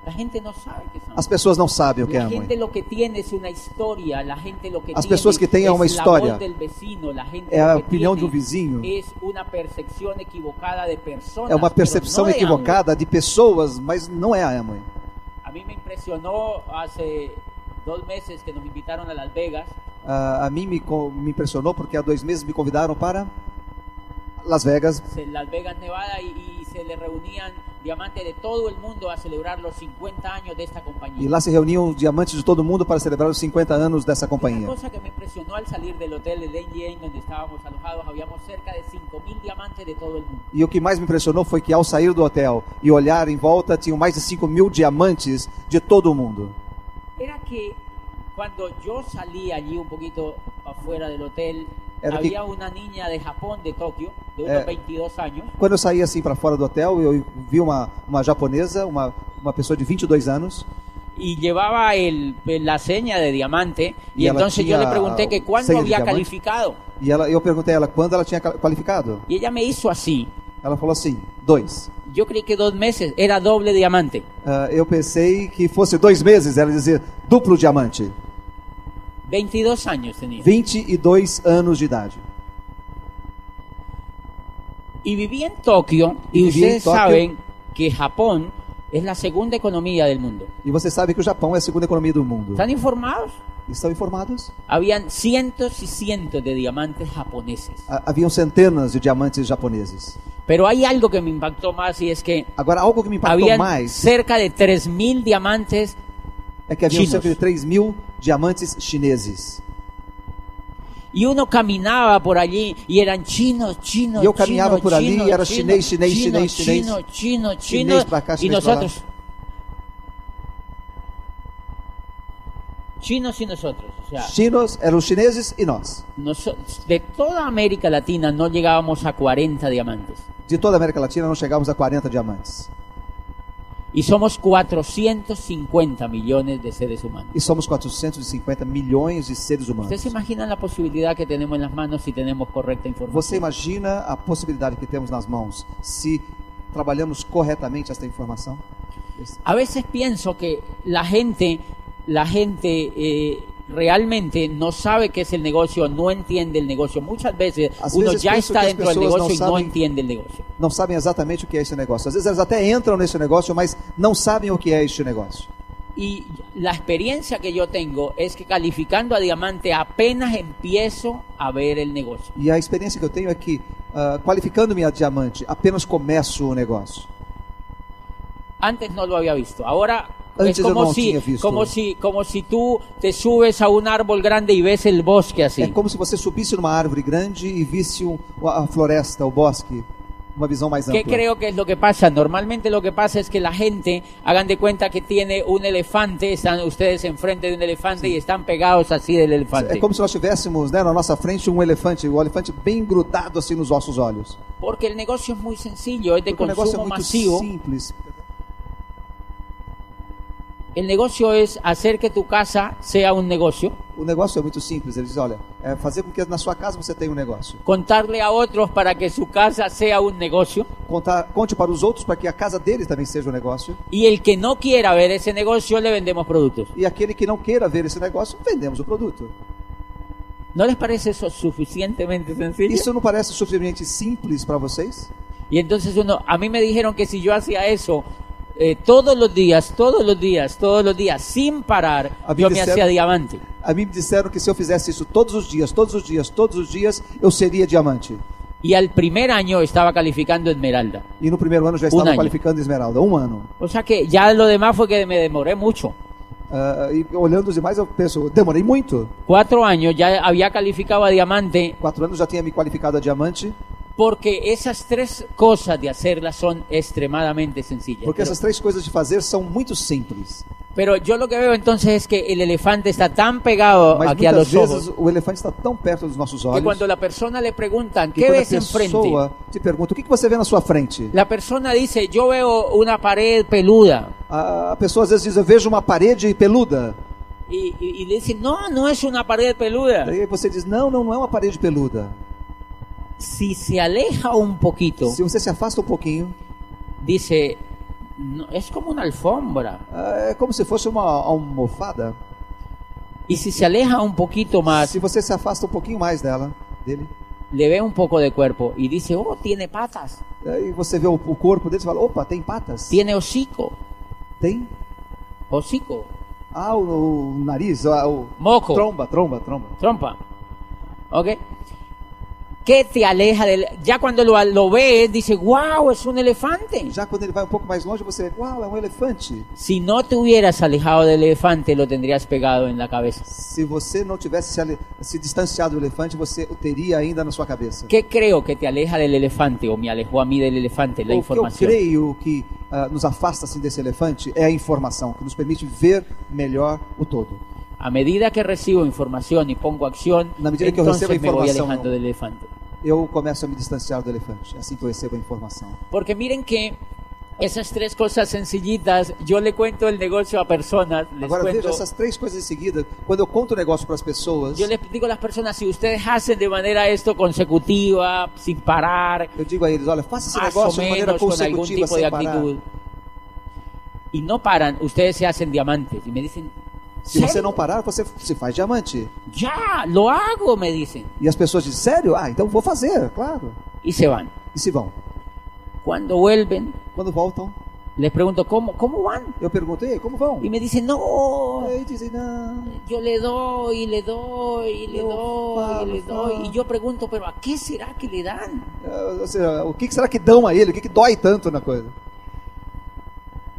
Speaker 1: La gente no sabe qué es Amway.
Speaker 2: As pessoas não sabem o que é a
Speaker 1: La gente
Speaker 2: Amway.
Speaker 1: lo que tiene es una historia, la gente lo que
Speaker 2: Las
Speaker 1: tiene
Speaker 2: personas que tengan
Speaker 1: es
Speaker 2: una historia.
Speaker 1: la voz del vecino, la gente
Speaker 2: É
Speaker 1: lo
Speaker 2: a
Speaker 1: que
Speaker 2: opinião de um
Speaker 1: tiene
Speaker 2: vizinho.
Speaker 1: es una percepción equivocada de personas.
Speaker 2: É uma
Speaker 1: pero
Speaker 2: percepção
Speaker 1: no de
Speaker 2: equivocada de pessoas, mas não é a Amway.
Speaker 1: ambos. A mí me impresionó hace dos meses que nos invitaron a Las Vegas
Speaker 2: Ah, a mim me, co- me impressionou porque há dois meses me convidaram para Las Vegas,
Speaker 1: en Las Vegas, Nevada, y, y se le reunían diamantes de todo el mundo a celebrar los 50 años de esta
Speaker 2: e
Speaker 1: compañía.
Speaker 2: lá se reuniam diamantes de todo mundo para celebrar os 50 anos dessa
Speaker 1: Una
Speaker 2: companhia.
Speaker 1: cosa que me impresionó al salir del hotel de NGA donde estábamos alojados, habíamos cerca de 5.000 diamantes de todo el mundo.
Speaker 2: E o que mais me impressionou foi que ao sair do hotel e olhar em volta, tinham mais de 5 mil diamantes de todo o mundo.
Speaker 1: Era que cuando yo salí allí un poquito afuera del hotel,
Speaker 2: Era que-
Speaker 1: había una niña de Japón, de Tokio, de unos
Speaker 2: Eh.
Speaker 1: 22 años,
Speaker 2: Quando eu saí assim para fora do hotel, eu vi uma, uma japonesa, uma, uma pessoa de 22 anos,
Speaker 1: y llevaba el, la seña de diamante, y,
Speaker 2: Y a la
Speaker 1: entonces yo
Speaker 2: tía,
Speaker 1: le pregunté que
Speaker 2: seña
Speaker 1: cuándo
Speaker 2: de
Speaker 1: había
Speaker 2: diamante.
Speaker 1: calificado,
Speaker 2: e ela, eu perguntei a ela quando ela tinha ca- qualificado.
Speaker 1: y ella me hizo así.
Speaker 2: Ela falou assim: dois.
Speaker 1: Yo creí que dos meses era doble diamante.
Speaker 2: Ah, eu pensei que fosse dois meses, ela dizia duplo diamante.
Speaker 1: 22 años tenía.
Speaker 2: 22 anos de idade.
Speaker 1: Y vivía en Tokio, y,
Speaker 2: Y vivía en
Speaker 1: ustedes
Speaker 2: Tokio.
Speaker 1: saben que Japón es la segunda economía del mundo.
Speaker 2: E você sabe que o Japão é a segunda economia do mundo.
Speaker 1: ¿Están informados?
Speaker 2: Estão informados?
Speaker 1: Habían cientos y cientos de diamantes japoneses.
Speaker 2: Ha- Ah, Haviam centenas de diamantes japoneses.
Speaker 1: Pero hay algo que me impactó más y es que
Speaker 2: Agora, algo que me impactou
Speaker 1: habían
Speaker 2: mais
Speaker 1: cerca de 3.000 diamantes
Speaker 2: é que haviam
Speaker 1: chinos.
Speaker 2: cerca de 3 mil diamantes chineses.
Speaker 1: y uno caminaba por allí y eran chinos, chinos,
Speaker 2: Y yo caminaba
Speaker 1: chinos,
Speaker 2: por allí y
Speaker 1: chinos,
Speaker 2: era
Speaker 1: chinos,
Speaker 2: chinés, chinés,
Speaker 1: chinos,
Speaker 2: chinés, chinés.
Speaker 1: chinos, chinos,
Speaker 2: Chinés
Speaker 1: chinos,
Speaker 2: para acá,
Speaker 1: y
Speaker 2: chinés para
Speaker 1: nosotros. Chinos y nosotros, o sea,
Speaker 2: Chinos eram os chineses e nós.
Speaker 1: noso- de toda América Latina no llegábamos a 40 diamantes
Speaker 2: De toda a América Latina, não chegávamos a 40 diamantes.
Speaker 1: y somos 450 millones de seres humanos.
Speaker 2: E somos 450 milhões de
Speaker 1: ¿Ustedes
Speaker 2: seres humanos.
Speaker 1: se imaginan la posibilidad que tenemos en las manos si tenemos correcta información?
Speaker 2: Você imagina a possibilidade que temos nas mãos se trabalhamos corretamente esta informação?
Speaker 1: A veces pienso que la gente, la gente eh, realmente no sabe qué es el negocio, no entiende el negocio. Muchas veces
Speaker 2: As
Speaker 1: uno
Speaker 2: veces
Speaker 1: ya
Speaker 2: pienso
Speaker 1: está
Speaker 2: que as
Speaker 1: dentro del
Speaker 2: pessoas
Speaker 1: negocio y
Speaker 2: não
Speaker 1: no
Speaker 2: sabem-
Speaker 1: entiende el negocio.
Speaker 2: Não sabem exatamente o que é esse negócio. Às vezes elas até entram nesse negócio, mas não sabem o que é este negócio.
Speaker 1: Y la experiencia que yo tengo es que calificando a diamante apenas empiezo a ver el negocio.
Speaker 2: E a experiência que eu tenho é que, ah, qualificando-me a diamante, apenas começo o negócio.
Speaker 1: Antes no lo había visto. Ahora
Speaker 2: Antes
Speaker 1: es
Speaker 2: yo
Speaker 1: como
Speaker 2: no
Speaker 1: si,
Speaker 2: había visto.
Speaker 1: como si, como si tú te subes a un árbol grande y ves el bosque así.
Speaker 2: É como se você subisse numa árvore grande e visse um- a floresta, o bosque, uma visão mais ampla.
Speaker 1: ¿Qué creo que es lo que pasa? Normalmente lo que pasa es que la gente, hagan de cuenta que tiene un elefante, están ustedes enfrente de un elefante y están pegados así del elefante.
Speaker 2: É como se nós tivéssemos né, na nossa frente um elefante, o elefante bem grudado assim nos nossos olhos.
Speaker 1: Porque el negocio es muy sencillo, es de
Speaker 2: Porque o negócio é
Speaker 1: consumo
Speaker 2: muito
Speaker 1: masivo.
Speaker 2: simples.
Speaker 1: El negocio es hacer que tu casa sea un negocio,
Speaker 2: O negócio é muito simples. Ele diz, olha, é fazer com que na sua casa você tenha um negócio.
Speaker 1: contarle a otros para que su casa sea un negocio.
Speaker 2: Contar, conte para os outros para que a casa dele também seja um negócio.
Speaker 1: Y el que no quiera ver ese negocio, le vendemos productos.
Speaker 2: E aquele que não queira ver esse negócio, vendemos o produto.
Speaker 1: ¿No les parece eso suficientemente sencillo?
Speaker 2: Isso não parece suficientemente simples para vocês?
Speaker 1: Y entonces uno, a mí me dijeron que si yo hacía eso, eh, todos los días, todos los días, todos los días, sin parar,
Speaker 2: A mí
Speaker 1: yo
Speaker 2: me
Speaker 1: me
Speaker 2: serve-
Speaker 1: hacía diamante.
Speaker 2: A mim me disseram que se eu fizesse isso todos os dias, todos os dias, todos os dias, eu seria diamante.
Speaker 1: Y al primer año estaba calificando esmeralda.
Speaker 2: E no primeiro ano já estava
Speaker 1: ano.
Speaker 2: qualificando esmeralda, um ano.
Speaker 1: O sea que ya lo demás fue que me demoré mucho.
Speaker 2: Ah, e olhando os demais, eu penso, demorei muito.
Speaker 1: Cuatro años ya había calificado a diamante
Speaker 2: Quatro anos já tinha me qualificado a diamante,
Speaker 1: porque esas tres cosas de hacerlas son extremadamente sencillas.
Speaker 2: porque
Speaker 1: Pero-
Speaker 2: essas três coisas de fazer são muito simples.
Speaker 1: Pero yo lo que veo entonces es que el elefante está tan pegado
Speaker 2: Mas
Speaker 1: aquí a
Speaker 2: muitas
Speaker 1: los
Speaker 2: vezes
Speaker 1: ojos
Speaker 2: o elefante está tão perto dos nossos
Speaker 1: é que
Speaker 2: olhos
Speaker 1: cuando la persona le preguntan
Speaker 2: que
Speaker 1: qué
Speaker 2: quando a
Speaker 1: ves enfrente,
Speaker 2: pessoa te pergunta o que que você vê na sua frente,
Speaker 1: la persona dice yo veo una pared peluda
Speaker 2: a a pessoa às vezes diz, eu vejo uma parede peluda.
Speaker 1: y, y- y le dicen no, no es una pared peluda.
Speaker 2: Daí você diz, não, não, não é uma parede peluda.
Speaker 1: Si se aleja un poquito,
Speaker 2: Se você se afasta um pouquinho,
Speaker 1: dice "No, es como una alfombra.
Speaker 2: ah, é como se fosse uma almofada.
Speaker 1: Y si se aleja un poquito más,
Speaker 2: Se você se afasta um pouquinho mais dela, dele,
Speaker 1: le ve un poco de cuerpo y dice oh tiene patas,
Speaker 2: aí é, você vê o, o corpo dele e fala, opa, tem patas?
Speaker 1: tiene hocico,
Speaker 2: Tem?
Speaker 1: hocico,
Speaker 2: Ah, o, o nariz, ah, o...
Speaker 1: moco.
Speaker 2: Tromba, tromba, tromba.
Speaker 1: Trompa. ¿Ok? ¿Qué te aleja del.? Ya cuando lo, lo ves, dice, wow, es un elefante.
Speaker 2: Já quando ele vai um pouco mais longe, você vê, uau, é um elefante.
Speaker 1: Si no te hubieras alejado del elefante, lo tendrías pegado en la cabeza.
Speaker 2: Se você não tivesse se, ale- se distanciado do elefante, você o teria ainda na sua cabeça.
Speaker 1: ¿Qué creo que te aleja del elefante o me alejó a mí del elefante? La
Speaker 2: o que eu
Speaker 1: información.
Speaker 2: creio que ah, nos afasta assim, desse elefante é a informação, que nos permite ver melhor o todo.
Speaker 1: A medida que recibo información y pongo acción,
Speaker 2: Na medida que eu
Speaker 1: entonces
Speaker 2: recebo
Speaker 1: me voy
Speaker 2: informação,
Speaker 1: alejando
Speaker 2: não.
Speaker 1: del elefante.
Speaker 2: Eu começo a me distanciar do elefante, é assim que eu recebo a informação.
Speaker 1: Porque miren que esas tres cosas sencillitas, yo le cuento el negocio a personas, les
Speaker 2: Agora
Speaker 1: cuento.
Speaker 2: veja essas três coisas em seguida. Quando eu conto o negócio para as pessoas,
Speaker 1: Yo les digo a las personas, si ustedes hacen de manera esto consecutiva, sin parar,
Speaker 2: eu digo a eles: olha, faça esse
Speaker 1: más o
Speaker 2: negócio de maneira
Speaker 1: menos con algún
Speaker 2: consecutiva,
Speaker 1: tipo de
Speaker 2: sem parar.
Speaker 1: actitud, y no paran, ustedes se hacen diamantes. Y me dicen,
Speaker 2: Se você
Speaker 1: "¿Serio?
Speaker 2: não parar, você se faz diamante.
Speaker 1: ya, lo hago, me dicen.
Speaker 2: E as pessoas dizem: sério? Ah, então vou fazer, claro.
Speaker 1: Y se van.
Speaker 2: E se vão.
Speaker 1: Cuando vuelven,
Speaker 2: Quando voltam,
Speaker 1: les pregunto, ¿cómo, cómo van?
Speaker 2: eu pergunto: ei, como vão?
Speaker 1: Y me dicen, no,
Speaker 2: Aí dizem: não.
Speaker 1: yo le doy, y le doy, y le
Speaker 2: Yo,
Speaker 1: doy, y le
Speaker 2: fa, fa.
Speaker 1: doy. Y yo pregunto, ¿pero a qué será que le dan?
Speaker 2: Ah, Ou seja, o que que será que dão a ele? O que, que dói tanto na coisa?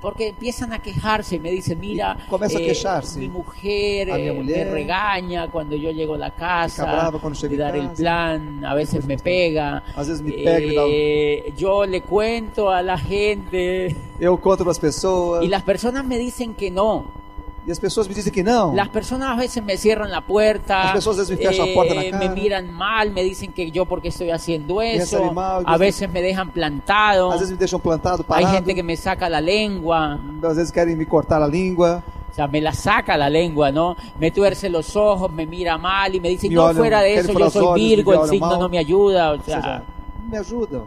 Speaker 1: Porque empiezan a quejarse, me dicen, mira, eh,
Speaker 2: comienza a quejarse.
Speaker 1: mi mujer,
Speaker 2: A mi
Speaker 1: eh,
Speaker 2: mujer.
Speaker 1: me regaña cuando yo llego a la
Speaker 2: Fica
Speaker 1: casa,
Speaker 2: brava quando chega
Speaker 1: de
Speaker 2: em
Speaker 1: dar el
Speaker 2: casa.
Speaker 1: plan, a veces me pega,
Speaker 2: A veces me pega y da un-
Speaker 1: Eh, yo le cuento a la gente
Speaker 2: Eu conto para as pessoas.
Speaker 1: y las personas me dicen que no.
Speaker 2: E as pessoas me dizem que não.
Speaker 1: Las personas a veces me cierran la puerta, eh,
Speaker 2: Las personas a veces me cierran la puerta en la
Speaker 1: me
Speaker 2: cara.
Speaker 1: miran mal, me dicen que yo porque estoy haciendo
Speaker 2: es
Speaker 1: eso,
Speaker 2: animal, yo
Speaker 1: a
Speaker 2: estoy-
Speaker 1: veces me dejan plantado,
Speaker 2: Às vezes me deixam plantado,
Speaker 1: hay
Speaker 2: parado.
Speaker 1: gente que me saca la lengua.
Speaker 2: Às vezes querem me cortar a língua.
Speaker 1: O sea, me la saca la lengua, ¿no? Me tuerce los ojos, me mira mal y me dice,
Speaker 2: Me
Speaker 1: no,
Speaker 2: olhan-
Speaker 1: fuera de
Speaker 2: querem
Speaker 1: eso,
Speaker 2: por
Speaker 1: yo
Speaker 2: los
Speaker 1: soy
Speaker 2: ojos,
Speaker 1: Virgo,
Speaker 2: me
Speaker 1: el
Speaker 2: olhan
Speaker 1: signo
Speaker 2: mal.
Speaker 1: no me ayuda. O
Speaker 2: Ou seja,
Speaker 1: sea,
Speaker 2: não me ajudam.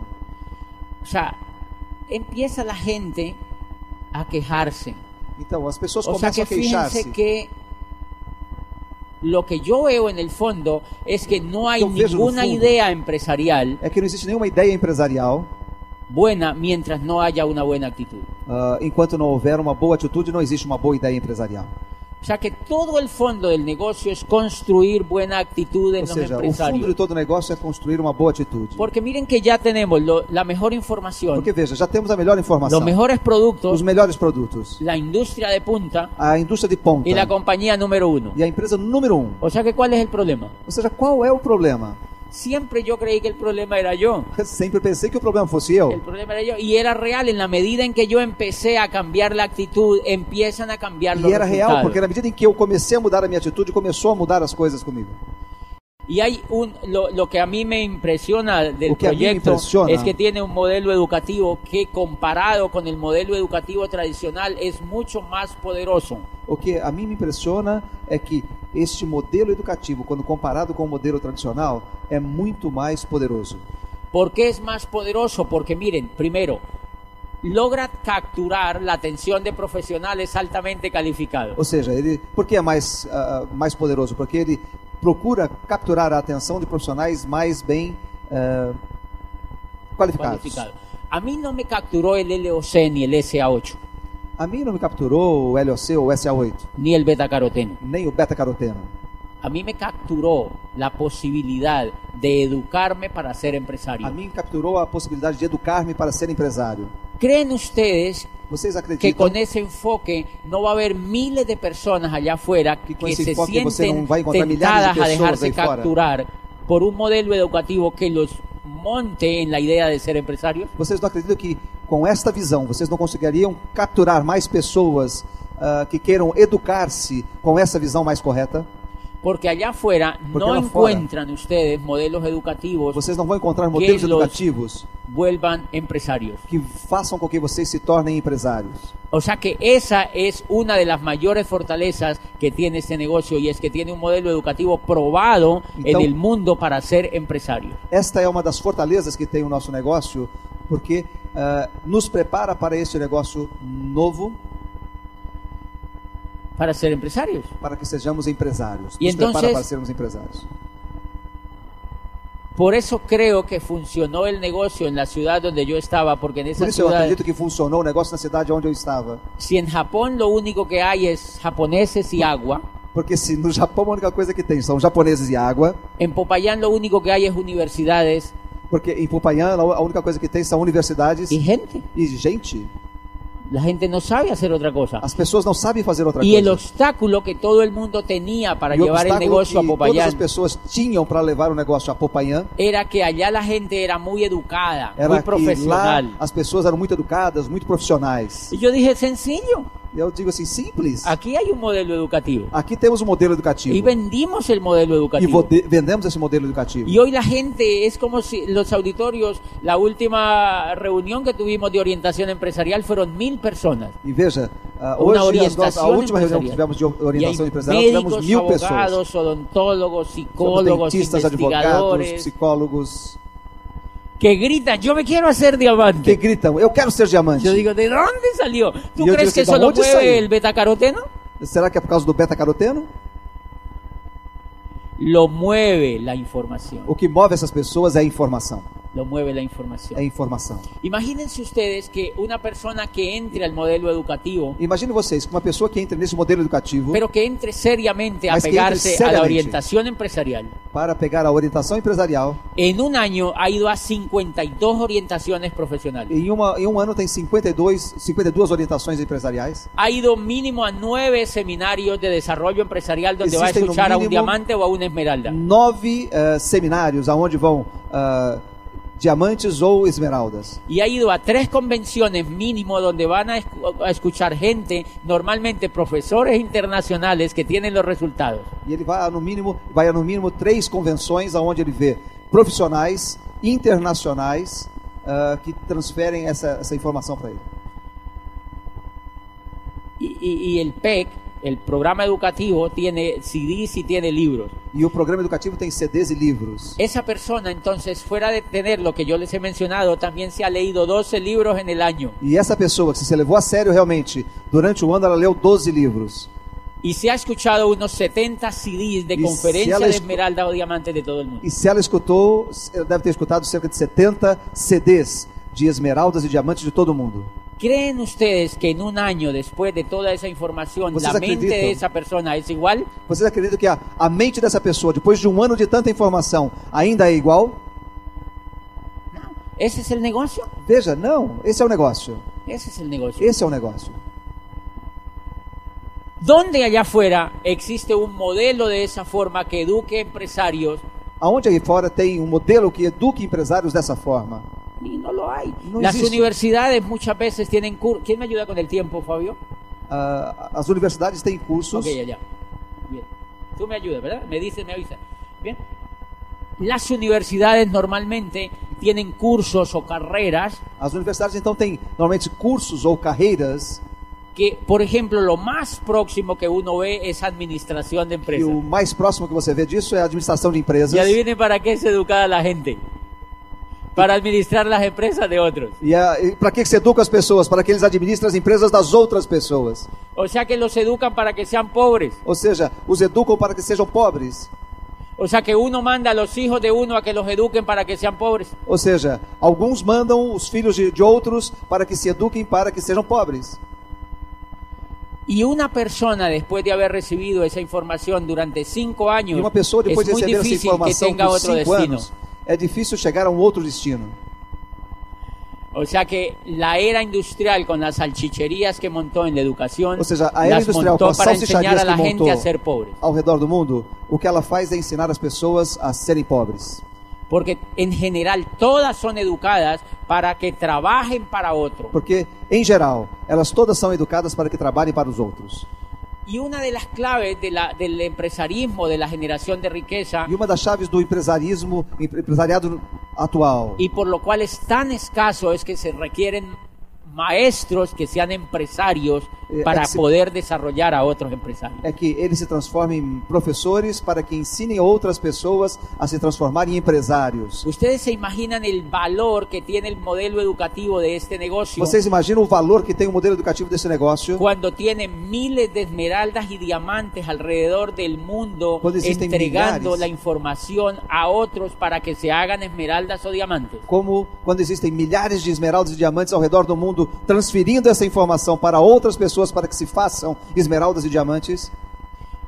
Speaker 1: o sea, empieza la gente a quejarse.
Speaker 2: Então, as pessoas
Speaker 1: O sea,
Speaker 2: começam
Speaker 1: que
Speaker 2: a queixar-se.
Speaker 1: fíjense que lo que yo veo en el fondo es que no hay
Speaker 2: Yo veo en el
Speaker 1: ninguna
Speaker 2: fondo.
Speaker 1: idea empresarial
Speaker 2: É que não existe nenhuma ideia empresarial
Speaker 1: buena mientras no haya una buena actitud.
Speaker 2: ah, enquanto não houver uma boa atitude, não existe uma boa ideia empresarial.
Speaker 1: O sea, que todo el fondo del negocio es construir buena actitud en
Speaker 2: Ou
Speaker 1: los
Speaker 2: seja, o fundo
Speaker 1: empresarios.
Speaker 2: de todo negócio é construir uma boa atitude.
Speaker 1: Porque miren que ya tenemos lo- la mejor información,
Speaker 2: Porque veja, já temos a melhor informação,
Speaker 1: los mejores
Speaker 2: os
Speaker 1: productos,
Speaker 2: melhores produtos,
Speaker 1: la industria de punta
Speaker 2: a indústria de ponta
Speaker 1: y la compañía número uno.
Speaker 2: e a empresa número um.
Speaker 1: O sea que ¿cuál es el problema?
Speaker 2: Ou seja, qual é o problema?
Speaker 1: Siempre yo creí que el problema era yo.
Speaker 2: Eu sempre pensei que o problema fosse eu.
Speaker 1: El problema era yo. Y era real, en la medida en que yo empecé a cambiar la actitud, empiezan a cambiar los
Speaker 2: E era real,
Speaker 1: resultados.
Speaker 2: porque na medida em que eu comecei a mudar a minha atitude, começou a mudar as coisas comigo.
Speaker 1: Y hay un, lo, lo que a mí me impresiona del
Speaker 2: Lo que a mí me
Speaker 1: proyecto
Speaker 2: impresiona.
Speaker 1: es que tiene un modelo educativo que comparado con el modelo educativo tradicional es mucho más poderoso.
Speaker 2: O que a mim me impressiona é que este modelo educativo, quando comparado com o modelo tradicional, é muito mais poderoso.
Speaker 1: ¿Por qué es más poderoso? Porque miren, primero, logra capturar la atención de profesionales altamente
Speaker 2: Ou
Speaker 1: calificados.
Speaker 2: seja, ele, por que é mais, ah, mais poderoso? Porque ele procura capturar a atenção de profissionais mais bem ah, qualificados.
Speaker 1: Cualificados. A mí no me capturó el LOC ni el SA8.
Speaker 2: A mim não me capturou o LOC ou o SA8,
Speaker 1: ni el betacaroteno.
Speaker 2: nem o beta-caroteno.
Speaker 1: A mí me capturó la posibilidad de educarme para ser
Speaker 2: A
Speaker 1: empresario.
Speaker 2: mim capturou a possibilidade de educar-me para ser empresário.
Speaker 1: ¿Creen ustedes
Speaker 2: Vocês
Speaker 1: que
Speaker 2: acreditam
Speaker 1: con ese enfoque no va a haber miles de personas allá afuera que,
Speaker 2: con ese
Speaker 1: se
Speaker 2: enfoque pues, você
Speaker 1: sienten
Speaker 2: não vai encontrar milhares
Speaker 1: tentadas
Speaker 2: de
Speaker 1: a
Speaker 2: pessoas
Speaker 1: dejarse
Speaker 2: aí fora?
Speaker 1: capturar por un modelo educativo que los monte en la idea de ser empresarios?
Speaker 2: Vocês não acreditam que com esta visão vocês não conseguiriam capturar mais pessoas ah, que queiram educar-se com essa visão mais correta?
Speaker 1: Porque allá afuera
Speaker 2: Porque
Speaker 1: no
Speaker 2: allá afuera- Pues
Speaker 1: encuentran ustedes modelos educativos
Speaker 2: Vocês não vão encontrar modelos
Speaker 1: los-
Speaker 2: educativos
Speaker 1: vuelvan empresarios.
Speaker 2: que façam com que vocês se tornem empresários.
Speaker 1: O sea que esa es una de las mayores fortalezas que tiene este negocio y es que tiene un modelo educativo probado en
Speaker 2: Então-
Speaker 1: el mundo para ser empresario.
Speaker 2: Esta é uma das fortalezas que tem o nosso negócio, porque ah, nos prepara para este negócio novo,
Speaker 1: Para ser empresarios.
Speaker 2: para que sejamos empresários.
Speaker 1: E
Speaker 2: nos
Speaker 1: então
Speaker 2: prepara
Speaker 1: vocês-
Speaker 2: para sermos empresários.
Speaker 1: Por eso creo que funcionó el negocio en la ciudad donde yo estaba, porque en
Speaker 2: Por
Speaker 1: esa
Speaker 2: isso eu
Speaker 1: ciudad,
Speaker 2: acredito que funcionou o negócio na cidade onde eu estava.
Speaker 1: si en Japón lo único que hay es japoneses y agua,
Speaker 2: Porque se no Japão a única coisa que tem são japoneses e água,
Speaker 1: en Popayán lo único que hay es universidades
Speaker 2: Porque em Popayán a única coisa que tem são universidades
Speaker 1: y
Speaker 2: e,
Speaker 1: gente.
Speaker 2: gente.
Speaker 1: La gente no sabe hacer otra cosa.
Speaker 2: As pessoas não sabem fazer outra
Speaker 1: Y el
Speaker 2: coisa.
Speaker 1: obstáculo que todo el mundo tenía para
Speaker 2: E o
Speaker 1: llevar el
Speaker 2: obstáculo
Speaker 1: negocio a
Speaker 2: que todas as
Speaker 1: Popayán
Speaker 2: pessoas tinham para levar o negócio a Popayán
Speaker 1: era que allá la gente era muy educada, muy
Speaker 2: era que lá
Speaker 1: profesional.
Speaker 2: as pessoas eram muito educadas, muito profissionais.
Speaker 1: Y yo dije, sencillo,
Speaker 2: E eu digo assim, simples.
Speaker 1: aquí hay un modelo educativo.
Speaker 2: Aqui temos um modelo
Speaker 1: Y
Speaker 2: educativo.
Speaker 1: vendimos el modelo
Speaker 2: E
Speaker 1: educativo.
Speaker 2: vode- vendemos esse modelo educativo.
Speaker 1: Y hoy la gente es como si los auditorios, la última reunión que tuvimos de orientación empresarial fueron mil personas.
Speaker 2: E veja, ah,
Speaker 1: Una
Speaker 2: hoje as
Speaker 1: orientação
Speaker 2: nossas- a última reunião que
Speaker 1: empresarial.
Speaker 2: tivemos de
Speaker 1: Y hay
Speaker 2: orientação empresarial, tivemos
Speaker 1: médicos,
Speaker 2: mil pessoas.
Speaker 1: abogados, odontólogos,
Speaker 2: Tivemos
Speaker 1: psicólogos,
Speaker 2: dentistas, advogados,
Speaker 1: investigadores,
Speaker 2: psicólogos,
Speaker 1: que gritan, yo me quiero hacer
Speaker 2: que
Speaker 1: diamante.
Speaker 2: gritam, eu quero ser diamante.
Speaker 1: Yo digo, ¿de dónde salió? ¿Tú
Speaker 2: Y yo
Speaker 1: crees
Speaker 2: digo,
Speaker 1: que
Speaker 2: ¿de
Speaker 1: eso lo
Speaker 2: dónde salió?
Speaker 1: mueve el betacaroteno?
Speaker 2: Será que é por causa do beta-caroteno?
Speaker 1: Lo mueve la información.
Speaker 2: O que move essas pessoas é a informação.
Speaker 1: Lo mueve la
Speaker 2: É a
Speaker 1: información.
Speaker 2: informação.
Speaker 1: Imagínense ustedes que una persona que entre al modelo educativo
Speaker 2: Imagine vocês que uma pessoa que entra nesse modelo educativo
Speaker 1: pero que entre seriamente a
Speaker 2: Mas uh, que entre
Speaker 1: pegarse a la
Speaker 2: seriamente.
Speaker 1: orientación empresarial.
Speaker 2: para pegar a orientação empresarial,
Speaker 1: En un año ha ido a 52 orientaciones profesionales.
Speaker 2: em, uma, em um ano tem 52, 52 orientações empresariais.
Speaker 1: Ha ido mínimo a nueve seminarios de desarrollo empresarial donde va a
Speaker 2: Existen un
Speaker 1: escuchar a un
Speaker 2: mínimo- Mm.
Speaker 1: diamante o a una esmeralda.
Speaker 2: Nove eh, seminários aonde vão ah, diamantes ou esmeraldas.
Speaker 1: Y ha ido a tres convenciones mínimo donde van a escu- a escuchar gente, normalmente profesores internacionales que tienen los resultados.
Speaker 2: E ele vai a, no mínimo, vai a no mínimo três convenções aonde ele vê profissionais internacionais ah, que transferem essa, essa informação para ele.
Speaker 1: Y, y- y el PEC, el programa educativo, tiene CDs y tiene libros.
Speaker 2: E o programa educativo tem CDs e livros.
Speaker 1: Esa persona, entonces, fuera de tener lo que yo les he mencionado, también se ha leído 12 libros en el año
Speaker 2: E essa pessoa que se levou a sério realmente, durante o ano ela leu 12 livros.
Speaker 1: y se ha escuchado unos 70 CDs de
Speaker 2: Y
Speaker 1: conferencias
Speaker 2: se ha
Speaker 1: de
Speaker 2: escu-
Speaker 1: esmeralda o diamante de todo el mundo.
Speaker 2: E se ela escutou, ela deve ter escutado cerca de 70 CDs de esmeraldas e diamantes de todo mundo.
Speaker 1: ¿Creen ustedes que en un año después de toda esa información,
Speaker 2: Pues
Speaker 1: la
Speaker 2: esa
Speaker 1: mente
Speaker 2: acredito.
Speaker 1: de esa persona es igual?
Speaker 2: Vocês acreditam que a, a mente dessa pessoa, depois de um ano de tanta informação, ainda é igual?
Speaker 1: Ese es el negocio.
Speaker 2: Veja, não, esse é o negócio.
Speaker 1: Ese es el negocio.
Speaker 2: Esse é o negócio.
Speaker 1: ¿Dónde allá afuera existe un modelo de esa forma que eduque empresarios?
Speaker 2: Aonde aí fora tem um modelo que eduque empresários dessa forma?
Speaker 1: Y no lo hay.
Speaker 2: No
Speaker 1: Las
Speaker 2: existe.
Speaker 1: universidades muchas veces tienen cursos. ¿Quién me ayuda con el tiempo, Fabio?
Speaker 2: Ah, as universidades têm cursos.
Speaker 1: Ok, ya, ya. Bien. Tú me ayudas, ¿verdad? Me dices, me avisas. Bien. Las universidades normalmente tienen cursos o carreras
Speaker 2: As universidades então têm normalmente cursos ou carreiras
Speaker 1: que, por ejemplo, lo más próximo que uno ve es administración de
Speaker 2: E
Speaker 1: empresas.
Speaker 2: o mais próximo que você vê disso é a administração de empresas.
Speaker 1: Y adivinen para qué es educada la gente. Para administrar las empresas de otros.
Speaker 2: E, para que que você educa as pessoas? Para que eles administrem as empresas das outras pessoas.
Speaker 1: O sea que los educan para que sean pobres.
Speaker 2: Ou seja, os educam para que sejam pobres.
Speaker 1: O sea que uno manda a los hijos de uno a que los eduquen para que sean pobres.
Speaker 2: Ou seja, alguns mandam os filhos de, de outros para que se eduquem para que sejam pobres.
Speaker 1: Y una persona, después de haber recibido esa información durante cinco años,
Speaker 2: E uma pessoa, depois de
Speaker 1: es muy
Speaker 2: receber
Speaker 1: é
Speaker 2: essa
Speaker 1: difícil que
Speaker 2: informação
Speaker 1: tenga
Speaker 2: por
Speaker 1: otro
Speaker 2: cinco
Speaker 1: destino.
Speaker 2: anos, é difícil chegar a um outro destino.
Speaker 1: O sea que la era industrial con las salchicherías que montó en la educación,
Speaker 2: Ou seja, a era
Speaker 1: las
Speaker 2: industrial com
Speaker 1: montó
Speaker 2: as
Speaker 1: para enseñar
Speaker 2: salsicharias
Speaker 1: a
Speaker 2: que
Speaker 1: la gente
Speaker 2: montou
Speaker 1: a ser pobres.
Speaker 2: ao redor do mundo, o que ela faz é ensinar as pessoas a serem pobres.
Speaker 1: Porque en general todas son educadas para que trabajen para otro.
Speaker 2: Porque, em geral, elas todas são educadas para que trabalhem para os outros.
Speaker 1: Y una de las claves de la- del empresarismo, de la generación de riqueza,
Speaker 2: E uma das chaves do empresarismo, empre- empresariado atual,
Speaker 1: y por lo cual es tan escaso, es que se requieren maestros que sean empresarios
Speaker 2: Eh,
Speaker 1: para
Speaker 2: ex-
Speaker 1: poder desarrollar a otros empresarios.
Speaker 2: é que eles se transformem em professores para que ensinem outras pessoas a se transformarem em empresários.
Speaker 1: Ustedes se imaginan el valor que tiene el modelo educativo de este negocio
Speaker 2: Vocês imaginam o valor que tem o modelo educativo desse negócio?
Speaker 1: cuando tiene miles de esmeraldas y diamantes alrededor del mundo
Speaker 2: Cuando existen
Speaker 1: entregando
Speaker 2: millares.
Speaker 1: la información a otros para que se hagan esmeraldas o diamantes.
Speaker 2: Como quando existem milhares de esmeraldas e diamantes ao redor do mundo transferindo essa informação para outras pessoas para que se façam esmeraldas e diamantes?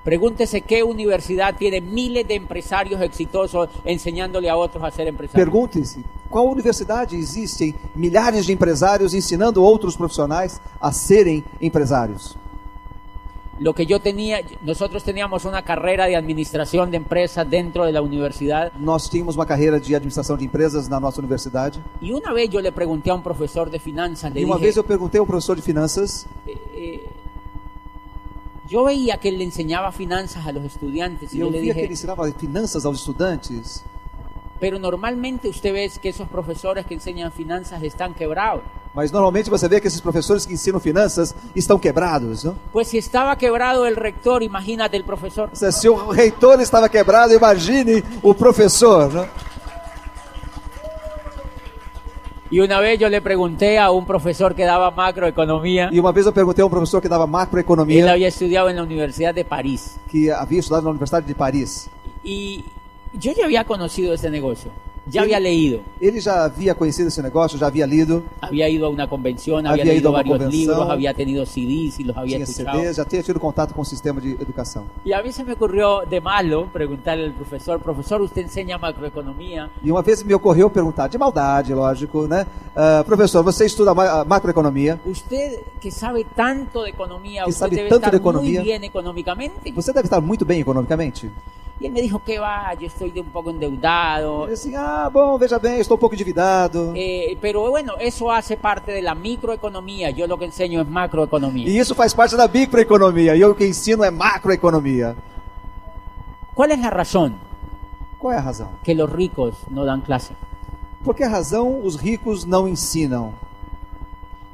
Speaker 1: Pregúntese qué universidad tiene miles de empresarios exitosos enseñándole a otros a ser empresarios.
Speaker 2: Perguntem-se, qual universidade existem milhares de empresários ensinando outros profissionais a serem empresários?
Speaker 1: Lo que yo tenía, nosotros teníamos una carrera de administración de empresas dentro de la universidad
Speaker 2: Nós tínhamos uma carreira de administração de empresas na nossa universidade.
Speaker 1: y una vez yo le pregunté a un profesor de finanzas, le
Speaker 2: E uma
Speaker 1: dije,
Speaker 2: vez eu perguntei ao professor de finanças,
Speaker 1: eh, eh, yo veía que él le enseñaba finanzas a los estudiantes y
Speaker 2: e eu
Speaker 1: yo le
Speaker 2: via que
Speaker 1: dije,
Speaker 2: ele ensinava finanças aos estudantes,
Speaker 1: pero normalmente usted ve que esos profesores que enseñan finanzas están quebrados.
Speaker 2: mas normalmente você vê que esses professores que ensinam finanças estão quebrados. Não?
Speaker 1: Pues si estaba quebrado el rector, imagínate el profesor.
Speaker 2: Se- Se o reitor estava quebrado, imagine o professor. Né?
Speaker 1: Y una vez yo le pregunté a un profesor que daba macroeconomía,
Speaker 2: E uma vez eu perguntei a um professor que dava
Speaker 1: él
Speaker 2: macroeconomia,
Speaker 1: había estudiado en la Universidad de París
Speaker 2: que havia estudado na Universidade de Paris.
Speaker 1: y yo ya había conocido ese negocio, ya había leído,
Speaker 2: Ele já havia conhecido esse negócio, já havia lido,
Speaker 1: había ido a una convención, había,
Speaker 2: Había ido
Speaker 1: leído
Speaker 2: a una
Speaker 1: varios
Speaker 2: convención.
Speaker 1: libros, había tenido CDs y los había
Speaker 2: tinha
Speaker 1: escuchado.
Speaker 2: CDs, já tinha tido contato com o sistema de educação.
Speaker 1: Y a mí se me ocurrió de malo preguntarle al profesor, profesor, usted enseña macroeconomía,
Speaker 2: E uma vez me ocorreu perguntar, de maldade, lógico, né? "Ah, professor, você estuda ma- ah, macroeconomia,
Speaker 1: usted que sabe tanto de economía,
Speaker 2: Que
Speaker 1: usted
Speaker 2: sabe
Speaker 1: debe
Speaker 2: tanto
Speaker 1: estar
Speaker 2: de Pues economia.
Speaker 1: muy bien económicamente.
Speaker 2: você deve estar muito bem economicamente.
Speaker 1: y él me dijo, que va? Yo estoy de un poco endeudado.
Speaker 2: Ele assim, ah, bom, veja bem, estou um pouco endividado.
Speaker 1: Eh, pero bueno, eso hace parte de la microeconomía. Yo lo que enseño es macroeconomía.
Speaker 2: E isso faz parte da microeconomia, e eu que ensino é macroeconomia.
Speaker 1: ¿Cuál es la razón
Speaker 2: Qual é a razão?
Speaker 1: que los ricos no dan clase?
Speaker 2: Por que razão os ricos não ensinam?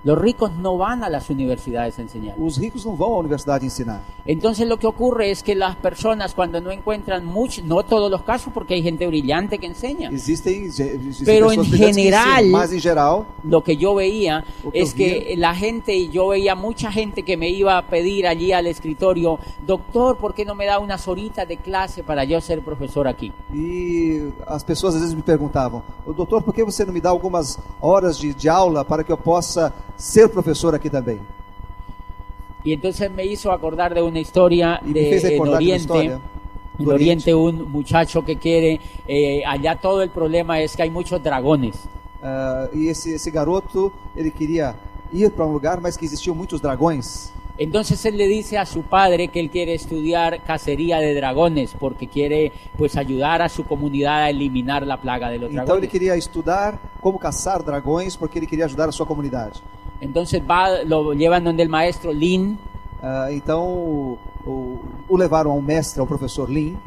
Speaker 1: Los ricos no van a las universidades a enseñar.
Speaker 2: Os ricos não vão à universidade ensinar.
Speaker 1: Entonces lo que ocurre es que las personas cuando no encuentran mucho, no todos los casos porque hay gente brillante que enseña.
Speaker 2: Existem, ge- existem
Speaker 1: É. Pero
Speaker 2: pessoas
Speaker 1: em
Speaker 2: brilhantes que
Speaker 1: general-
Speaker 2: ensinam, mas em geral,
Speaker 1: Lo que yo veía
Speaker 2: Lo que
Speaker 1: es que
Speaker 2: ocurría.
Speaker 1: la gente, yo veía mucha gente que me iba a pedir allí al escritorio, doctor, ¿por qué no me da unas horitas de clase para yo ser profesor aquí?
Speaker 2: e as pessoas às vezes me perguntavam, "Ô, doutor, por que você não me dá algumas horas de, de aula para que eu possa ser professor aqui também?
Speaker 1: Y entonces me hizo acordar de una historia
Speaker 2: E me fez
Speaker 1: de, en
Speaker 2: recordar de uma
Speaker 1: Oriente.
Speaker 2: história.
Speaker 1: En
Speaker 2: do Oriente.
Speaker 1: Oriente un muchacho que quiere, eh, allá todo el problema es que hay muchos dragones.
Speaker 2: Ah, e esse, esse garoto, ele queria ir para um lugar, mas que existiam muitos dragões.
Speaker 1: Entonces él le dice a su padre que él quiere estudiar cacería de dragones porque quiere pues ayudar a su comunidad a eliminar la plaga de los
Speaker 2: Então ele
Speaker 1: dragones.
Speaker 2: queria estudar como caçar dragões, porque ele queria ajudar a sua comunidade.
Speaker 1: Entonces va, lo llevan donde el maestro Lin
Speaker 2: Ah, então o, o- o levaram ao mestre, ao professor Lin,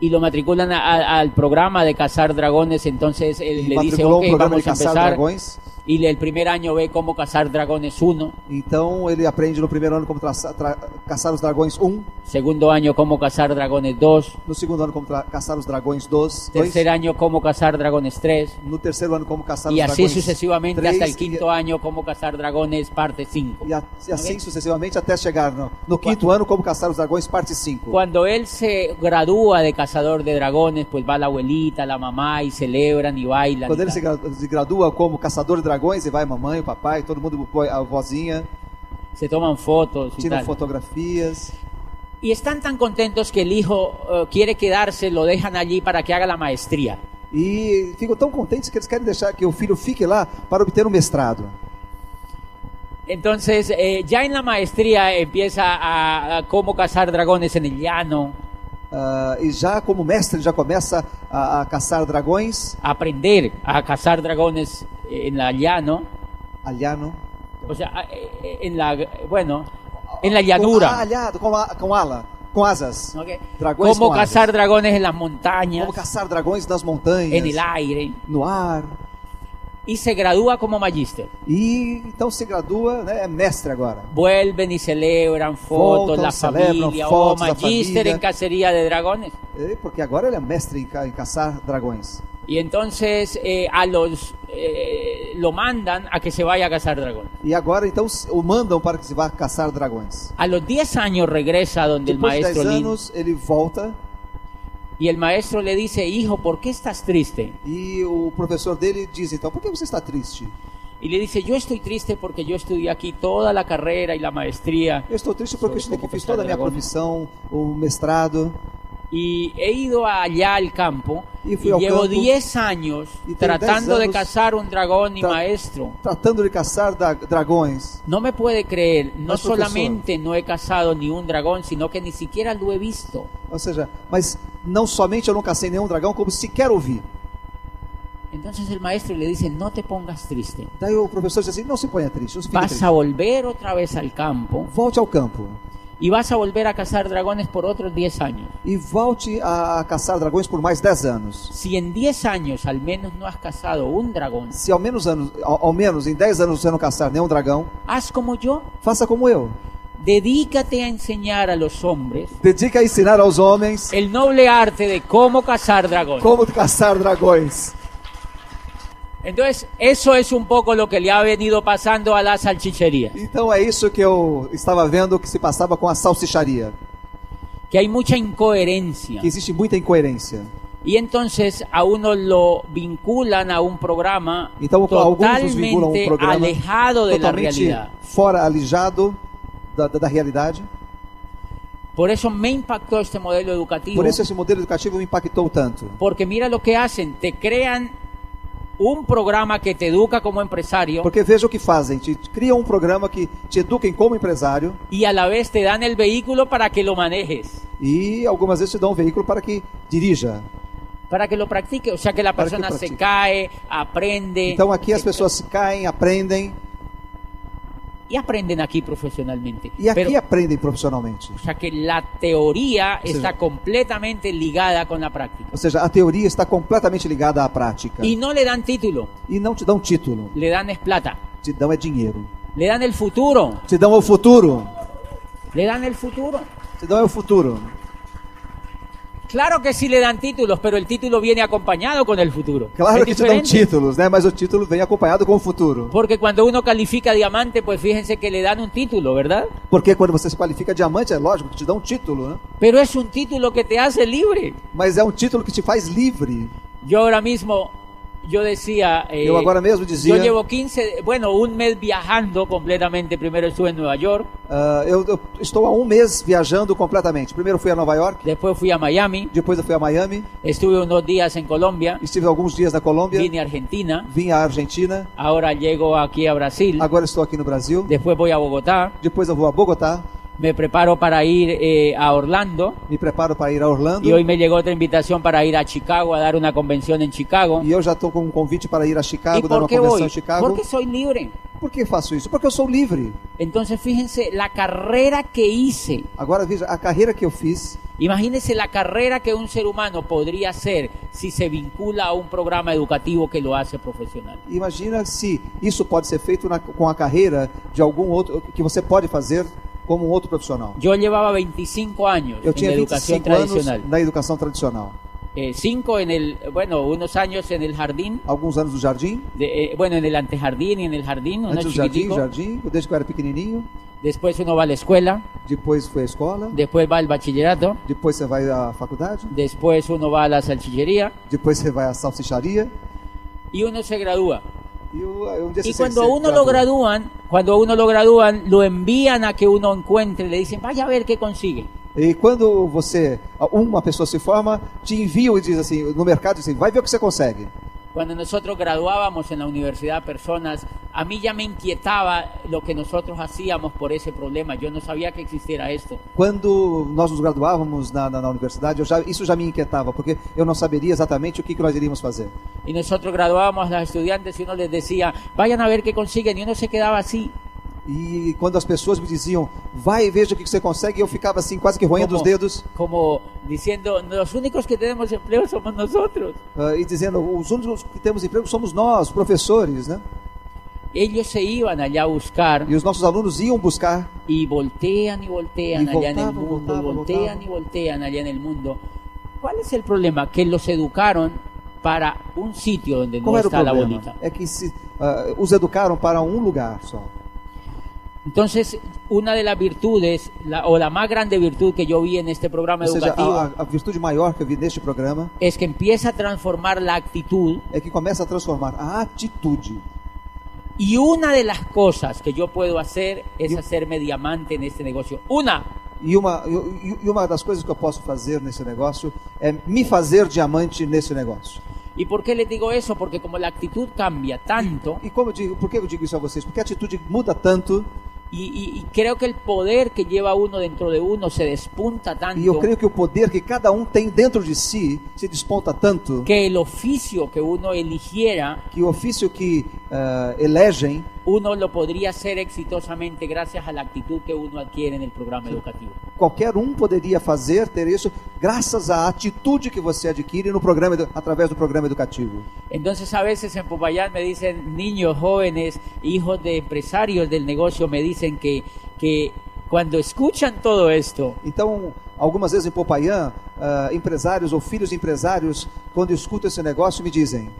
Speaker 1: y lo matriculan a- a- al programa de cazar dragones. Entonces él
Speaker 2: e
Speaker 1: le dice,
Speaker 2: matriculou
Speaker 1: ok,
Speaker 2: um programa de
Speaker 1: vamos a
Speaker 2: caçar
Speaker 1: empezar.
Speaker 2: dragões.
Speaker 1: Y le- el primer año ve cómo cazar dragones 1,
Speaker 2: Então ele aprende no primeiro ano como traça- tra- caçar os dragões 1,
Speaker 1: segundo año cómo cazar dragones 2,
Speaker 2: no segundo ano como tra- caçar os dragões 2,
Speaker 1: tercer año cómo cazar dragones 3
Speaker 2: no terceiro ano como caçar
Speaker 1: y
Speaker 2: os
Speaker 1: así
Speaker 2: dragões
Speaker 1: sucesivamente
Speaker 2: três,
Speaker 1: hasta el quinto año cómo cazar dragones parte 5.
Speaker 2: e, e, a, e assim sucessivamente até chegar no, no quinto ano como caçar os dragões parte 5.
Speaker 1: Cuando él se gradúa de cazador de dragones, pues va la abuelita, la mamá y celebran y bailan.
Speaker 2: Quando
Speaker 1: y
Speaker 2: ele
Speaker 1: tal.
Speaker 2: se gra- se gradua como caçador de dragões e vai mamãe, o papai, todo mundo, a vozinha,
Speaker 1: se... se toman fotos y
Speaker 2: tiram
Speaker 1: tal.
Speaker 2: fotografias.
Speaker 1: Y están tan contentos que el hijo eh, quiere quedarse, lo dejan allí para que haga la maestría.
Speaker 2: E ficam tão contentes que eles querem deixar que o filho fique lá para obter um mestrado.
Speaker 1: Entonces, eh, ya en la maestría empieza a, a cómo cazar dragones en el llano,
Speaker 2: Ah, e já como mestre, ele já começa a, a caçar dragões.
Speaker 1: a aprender a cazar dragones en la llano,
Speaker 2: Alhano.
Speaker 1: o sea, a- eh, en la, bueno, en la llanura.
Speaker 2: Com, alhado, com, a- com ala, com asas.
Speaker 1: ¿ok?
Speaker 2: Dragões
Speaker 1: Cómo
Speaker 2: com
Speaker 1: cazar
Speaker 2: asas.
Speaker 1: dragones en las montañas,
Speaker 2: Como caçar dragões nas montanhas,
Speaker 1: en el aire.
Speaker 2: no ar.
Speaker 1: Y se gradúa como magíster.
Speaker 2: E então se gradua, né, é mestre agora.
Speaker 1: Vuelven y celebran fotos,
Speaker 2: Voltan,
Speaker 1: la
Speaker 2: celebran
Speaker 1: familia, o
Speaker 2: fotos, la
Speaker 1: magíster
Speaker 2: familia.
Speaker 1: en cacería de dragones.
Speaker 2: É, Porque agora ele é mestre em, ca- em caçar dragões.
Speaker 1: Y entonces eh, a los eh, lo mandan a que se vaya a cazar dragones.
Speaker 2: E agora então se- o mandam para que se vá caçar dragões.
Speaker 1: A los 10 años regresa donde el
Speaker 2: Depois de 10
Speaker 1: maestro Lin
Speaker 2: anos ele volta
Speaker 1: y el maestro le dice, hijo, ¿por qué estás triste?
Speaker 2: e o professor dele diz então, por que você está triste?
Speaker 1: Y le dice, yo estoy triste porque yo estudié aquí toda la carrera y la maestría
Speaker 2: Eu estou triste porque eu
Speaker 1: Sobre
Speaker 2: estudei aqui,
Speaker 1: como
Speaker 2: fiz toda a minha
Speaker 1: caçar
Speaker 2: profissão, o mestrado,
Speaker 1: y he ido allá al campo
Speaker 2: Y
Speaker 1: y,
Speaker 2: fui al
Speaker 1: llevo
Speaker 2: campo.
Speaker 1: 10 años
Speaker 2: Y tengo 10
Speaker 1: tratando
Speaker 2: años
Speaker 1: de cazar un dragón y
Speaker 2: tra-
Speaker 1: maestro.
Speaker 2: tratando de caçar da- dragões.
Speaker 1: No me puede creer, no
Speaker 2: Mas, profesor.
Speaker 1: solamente no he cazado ni un dragón, sino que ni siquiera lo he visto.
Speaker 2: Ou seja, mas não somente eu não cacei nenhum dragão, como sequer ouvi.
Speaker 1: Entonces el maestro le dice, no te pongas triste.
Speaker 2: Daí o professor diz assim: não se ponha triste, não se fique
Speaker 1: Vas
Speaker 2: triste.
Speaker 1: a volver otra vez al campo
Speaker 2: Volte ao campo
Speaker 1: y vas a volver a cazar dragones por otros 10 años.
Speaker 2: e volte a, a caçar dragões por mais 10 anos.
Speaker 1: Si en 10 años al menos no has cazado un dragón,
Speaker 2: Se ao menos, anos, ao, ao menos em 10 anos você não caçar nenhum dragão,
Speaker 1: haz como yo,
Speaker 2: faça como eu.
Speaker 1: dedícate a enseñar a los hombres
Speaker 2: Dedique a ensinar aos homens
Speaker 1: el noble arte de cómo cazar dragones.
Speaker 2: como caçar dragões.
Speaker 1: Entonces, eso es un poco lo que le ha venido pasando a la salchichería,
Speaker 2: Então é isso que eu estava vendo que se passava com a salsicharia.
Speaker 1: que hay mucha incoherencia.
Speaker 2: Que existe muita incoerência.
Speaker 1: Y entonces a uno lo vinculan a un programa
Speaker 2: Então alguns nos vinculam a um
Speaker 1: totalmente
Speaker 2: programa
Speaker 1: alejado de la
Speaker 2: totalmente
Speaker 1: realidad.
Speaker 2: fora, alijado da, da, da realidade.
Speaker 1: Por eso me impactó este modelo educativo.
Speaker 2: Por isso esse modelo educativo me impactou tanto.
Speaker 1: Porque mira lo que hacen, te crean un programa que te educa como empresario
Speaker 2: Porque veja o que fazem, te criam um programa que te eduquem como empresário
Speaker 1: y a la vez te dan el vehículo para que lo manejes,
Speaker 2: e algumas vezes te dão um veículo para que dirija.
Speaker 1: para que lo practique. O sea que la
Speaker 2: Para que
Speaker 1: persona se
Speaker 2: practique.
Speaker 1: cae, aprende
Speaker 2: Então aqui as pessoas caem, aprendem
Speaker 1: y aprenden aquí profesionalmente.
Speaker 2: e aqui
Speaker 1: Pero,
Speaker 2: aprendem profissionalmente.
Speaker 1: o sea que la teoría
Speaker 2: sea,
Speaker 1: está completamente ligada con la práctica.
Speaker 2: Ou seja, a teoria está completamente ligada à prática.
Speaker 1: Y no le dan título,
Speaker 2: E não te dão título,
Speaker 1: le dan es plata,
Speaker 2: te dão é dinheiro.
Speaker 1: le dan el futuro,
Speaker 2: Te dão é o futuro,
Speaker 1: le dan el futuro.
Speaker 2: te dão é o futuro.
Speaker 1: Claro que sí le dan títulos, pero el título viene acompañado con el futuro.
Speaker 2: Claro
Speaker 1: Es
Speaker 2: que te dão
Speaker 1: É diferente.
Speaker 2: títulos, né? Mas o título vem acompanhado com o futuro.
Speaker 1: Porque cuando uno califica diamante, pues fíjense que le dan un título, ¿verdad?
Speaker 2: Porque quando você se qualifica diamante, é lógico que te dão um título, né?
Speaker 1: Pero es un título que te hace libre.
Speaker 2: Mas é um título que te faz livre.
Speaker 1: Yo ahora mismo, yo decía... eh,
Speaker 2: Eu agora mesmo dizia,
Speaker 1: Yo llevo 15, bueno, un mes viajando completamente. Primero estuve en Nueva York,
Speaker 2: ah, eu, eu estou há um mês viajando completamente. Primeiro fui a Nova York,
Speaker 1: después fui a Miami,
Speaker 2: depois eu fui a Miami,
Speaker 1: estuve unos días en Colombia,
Speaker 2: estive alguns dias na Colômbia,
Speaker 1: vine a Argentina,
Speaker 2: vim à Argentina,
Speaker 1: ahora llego aquí a Brasil,
Speaker 2: agora estou aqui no Brasil,
Speaker 1: después voy a Bogotá,
Speaker 2: depois eu vou a Bogotá,
Speaker 1: me preparo para ir eh, a Orlando
Speaker 2: me preparo para ir a Orlando
Speaker 1: y hoy me llegó otra invitación para ir a Chicago a dar una convención en Chicago.
Speaker 2: e eu já estou com um convite para ir a
Speaker 1: ¿Y
Speaker 2: Chicago, dar
Speaker 1: por
Speaker 2: uma
Speaker 1: qué
Speaker 2: convenção
Speaker 1: voy?
Speaker 2: em Chicago.
Speaker 1: Porque soy libre.
Speaker 2: Por que faço isso? Porque eu sou livre.
Speaker 1: Entonces, fíjense, la carrera que hice,
Speaker 2: Agora veja, a carreira que eu fiz,
Speaker 1: imagínense la carrera que un ser humano podría hacer si se vincula a un programa educativo que lo hace profesional.
Speaker 2: imagina se isso pode ser feito na- com a carreira de algum outro, que você pode fazer como um outro profissional.
Speaker 1: Yo llevaba 25 años en
Speaker 2: Eu
Speaker 1: la
Speaker 2: tinha
Speaker 1: educación
Speaker 2: 25 anos
Speaker 1: tradicional.
Speaker 2: na educação tradicional.
Speaker 1: Eh, cinco en el, bueno, unos años en el jardín,
Speaker 2: Alguns anos no jardim,
Speaker 1: de- eh, bueno, en el antejardín y en el jardín, uno
Speaker 2: antes do jardim,
Speaker 1: né, chiquitico.
Speaker 2: jardim, desde que eu era pequenininho,
Speaker 1: Después uno va a la escuela,
Speaker 2: depois foi à escola,
Speaker 1: después va al bachillerato,
Speaker 2: depois você vai à faculdade,
Speaker 1: después uno va a la salchichería
Speaker 2: depois você vai à salsicharia.
Speaker 1: y uno se gradúa.
Speaker 2: E, o- um dia
Speaker 1: Y
Speaker 2: você se-
Speaker 1: cuando a
Speaker 2: se
Speaker 1: uno lo
Speaker 2: gradua.
Speaker 1: gradúan, Cuando a uno lo gradúan, lo envían a que uno encuentre, le dicen, vaya a ver qué consigue.
Speaker 2: E quando você, uma pessoa se forma, te enviam e diz assim, no mercado, assim, vai ver o que você consegue.
Speaker 1: Cuando nosotros graduábamos en la universidad personas, a mí ya me inquietaba lo que nosotros hacíamos por ese problema. Yo no sabía que existiera esto.
Speaker 2: Quando nós nos graduávamos na, na, na universidade, eu já, isso já me inquietava, porque eu não saberia exatamente o que, que nós iríamos fazer.
Speaker 1: Y nosotros graduábamos a los estudiantes y uno les decía, vayan a ver qué consiguen. Y uno se quedaba así,
Speaker 2: E quando as pessoas me diziam, vai e veja o que que você consegue, eu ficava assim, quase que roendo os
Speaker 1: como,
Speaker 2: dedos
Speaker 1: como diciendo, los únicos que tenemos empleo somos nosotros.
Speaker 2: ah, e dizendo, os únicos que temos emprego somos nós, professores, né?
Speaker 1: Ellos se iban allá a buscar
Speaker 2: E os nossos alunos iam buscar
Speaker 1: y voltean y voltean
Speaker 2: Y
Speaker 1: allá en el
Speaker 2: voltaban,
Speaker 1: mundo,
Speaker 2: voltaban,
Speaker 1: voltean
Speaker 2: voltaban.
Speaker 1: y voltean allá en el mundo. ¿Cuál es el problema? Que los educaron para un sitio donde
Speaker 2: Qual
Speaker 1: no
Speaker 2: era o
Speaker 1: está la
Speaker 2: problema?
Speaker 1: bonita.
Speaker 2: É que se, ah, os educaram para um lugar só.
Speaker 1: Entonces, una de las virtudes, la- o la más grande virtud que yo vi en este programa
Speaker 2: Ou seja,
Speaker 1: educativo,
Speaker 2: a, a- a virtude maior que eu vi neste programa
Speaker 1: es que empieza a transformar la actitud.
Speaker 2: é que começa a transformar a atitude.
Speaker 1: Y una de las cosas que yo puedo hacer es
Speaker 2: Y-
Speaker 1: hacerme diamante en este negocio. Una,
Speaker 2: E uma, e- e uma das coisas que eu posso fazer nesse negócio é me fazer diamante nesse negócio.
Speaker 1: ¿Y por qué les digo eso? Porque como la actitud cambia tanto
Speaker 2: E como eu digo, por que eu digo isso a vocês? Porque a atitude muda tanto
Speaker 1: y, y- y creo que el poder que lleva uno dentro de uno se despunta
Speaker 2: e eu
Speaker 1: tanto
Speaker 2: creio que o poder que cada um tem dentro de si se desponta tanto
Speaker 1: que el oficio que uno eligiera,
Speaker 2: que o ofício que ah, elegem
Speaker 1: uno lo podría hacer exitosamente gracias a la actitud que uno adquiere en el programa educativo.
Speaker 2: qualquer um poderia fazer ter isso graças à atitude que você adquire no programa edu- através do programa educativo.
Speaker 1: Entonces a veces en Popayán me dicen niños, jóvenes, hijos de empresarios del negocio, me dicen que, que cuando escuchan todo esto,
Speaker 2: Então, algumas vezes em Popayã, ah, empresários ou filhos de empresários, quando escutam esse negócio, me dizem: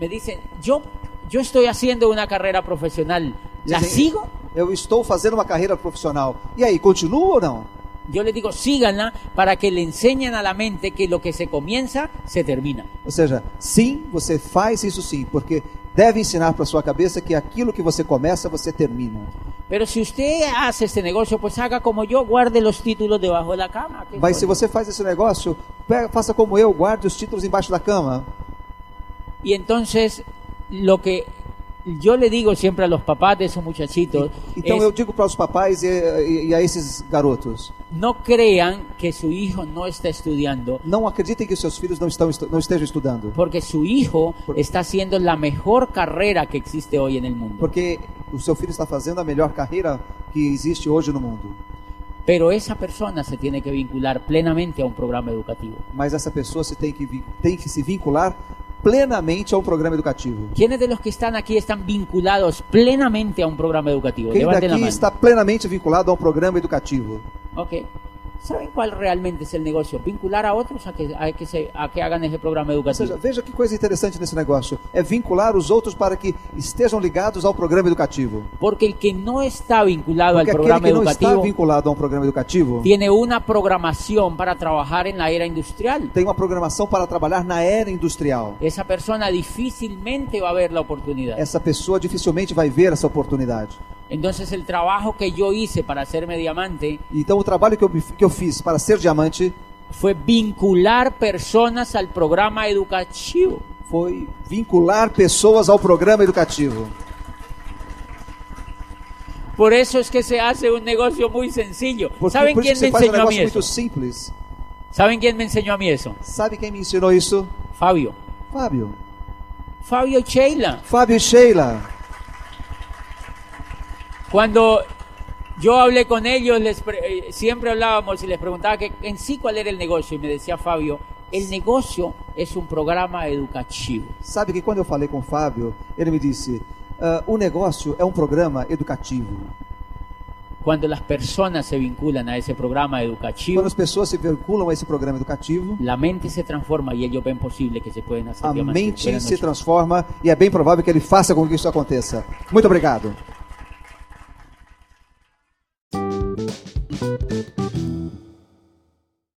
Speaker 1: me dicen, yo, yo estoy haciendo una carrera profesional, ¿la
Speaker 2: dizem,
Speaker 1: sigo?
Speaker 2: Eu estou fazendo uma carreira profissional. E aí, continua ou não?
Speaker 1: Yo les digo, síganla para que le enseñen a la mente que lo que se comienza, se termina.
Speaker 2: Ou seja, sim, você faz isso sim, porque deve ensinar para sua cabeça que aquilo que você começa, você termina.
Speaker 1: Pero si usted hace este negocio, pues haga como yo, guarde los títulos debajo de la cama. ¿Qué
Speaker 2: Mas se
Speaker 1: cosa?
Speaker 2: você faz esse negócio, pega- faça como eu, guarde os títulos embaixo da cama.
Speaker 1: Y entonces, lo que yo le digo siempre a los papás de esos muchachitos,
Speaker 2: Então
Speaker 1: es,
Speaker 2: eu digo para os papais e, e- e a esses garotos,
Speaker 1: no crean que su hijo no está estudiando,
Speaker 2: não acreditem que os seus filhos não, estão, estu- não estejam estudando,
Speaker 1: porque su hijo
Speaker 2: Por-
Speaker 1: está haciendo la mejor carrera que existe hoy en el mundo.
Speaker 2: porque o seu filho está fazendo a melhor carreira que existe hoje no mundo.
Speaker 1: Pero esa persona se tiene que vincular plenamente a un programa educativo.
Speaker 2: Mas essa pessoa se tem, que, vin- tem que se vincular plenamente a um programa educativo.
Speaker 1: ¿Quiénes de los que están aquí están vinculados plenamente a un programa educativo?
Speaker 2: Quem
Speaker 1: Levanten la
Speaker 2: daqui
Speaker 1: mano.
Speaker 2: está plenamente vinculado a um programa educativo?
Speaker 1: Ok. ¿Saben cuál realmente es el negocio? Vincular a otros a que, a que, se- a que hagan ese programa
Speaker 2: Ou seja,
Speaker 1: educativo.
Speaker 2: veja que coisa interessante nesse negócio. É vincular os outros para que estejam ligados ao programa educativo.
Speaker 1: Porque el que no está vinculado
Speaker 2: Porque
Speaker 1: al
Speaker 2: aquele
Speaker 1: programa
Speaker 2: que não está
Speaker 1: educativo
Speaker 2: vinculado a um programa educativo
Speaker 1: tiene una programación para trabajar en la era industrial.
Speaker 2: tem uma programação para trabalhar na era industrial.
Speaker 1: Esa persona difícilmente va a ver la oportunidad.
Speaker 2: Essa pessoa dificilmente vai ver essa oportunidade.
Speaker 1: Entonces el trabajo que yo hice para hacerme diamante
Speaker 2: Então, o trabalho que eu, me- que eu fiz para ser diamante
Speaker 1: fue vincular personas al programa educativo.
Speaker 2: foi vincular pessoas ao programa educativo.
Speaker 1: Por eso es que se hace un negocio muy sencillo.
Speaker 2: Porque
Speaker 1: ¿Saben
Speaker 2: por
Speaker 1: quién
Speaker 2: isso que
Speaker 1: me
Speaker 2: você faz um
Speaker 1: enseñó a mí
Speaker 2: negócio muito
Speaker 1: eso?
Speaker 2: simples.
Speaker 1: ¿Saben quién me enseñó a mí eso?
Speaker 2: Sabe quem me ensinou isso?
Speaker 1: Fabio.
Speaker 2: Fábio.
Speaker 1: Fabio Sheila.
Speaker 2: Fábio e Sheila.
Speaker 1: Cuando yo hablé con ellos, les pre- eh, siempre hablábamos y les preguntaba que en sí cuál era el negocio. Y me decía Fabio, el negocio es un programa educativo.
Speaker 2: Sabe que quando eu falei com o Fábio, ele me disse: "Ah, o negócio é um programa educativo.
Speaker 1: Cuando las personas se vinculan a esse programa educativo,
Speaker 2: Quando as pessoas se vinculam a esse programa educativo,
Speaker 1: la mente se transforma y ellos ven posible que se pueden hacer
Speaker 2: a
Speaker 1: diamantes.
Speaker 2: mente
Speaker 1: Buenas
Speaker 2: se
Speaker 1: noches.
Speaker 2: transforma e é bem provável que ele faça com que isso aconteça. Muito obrigado.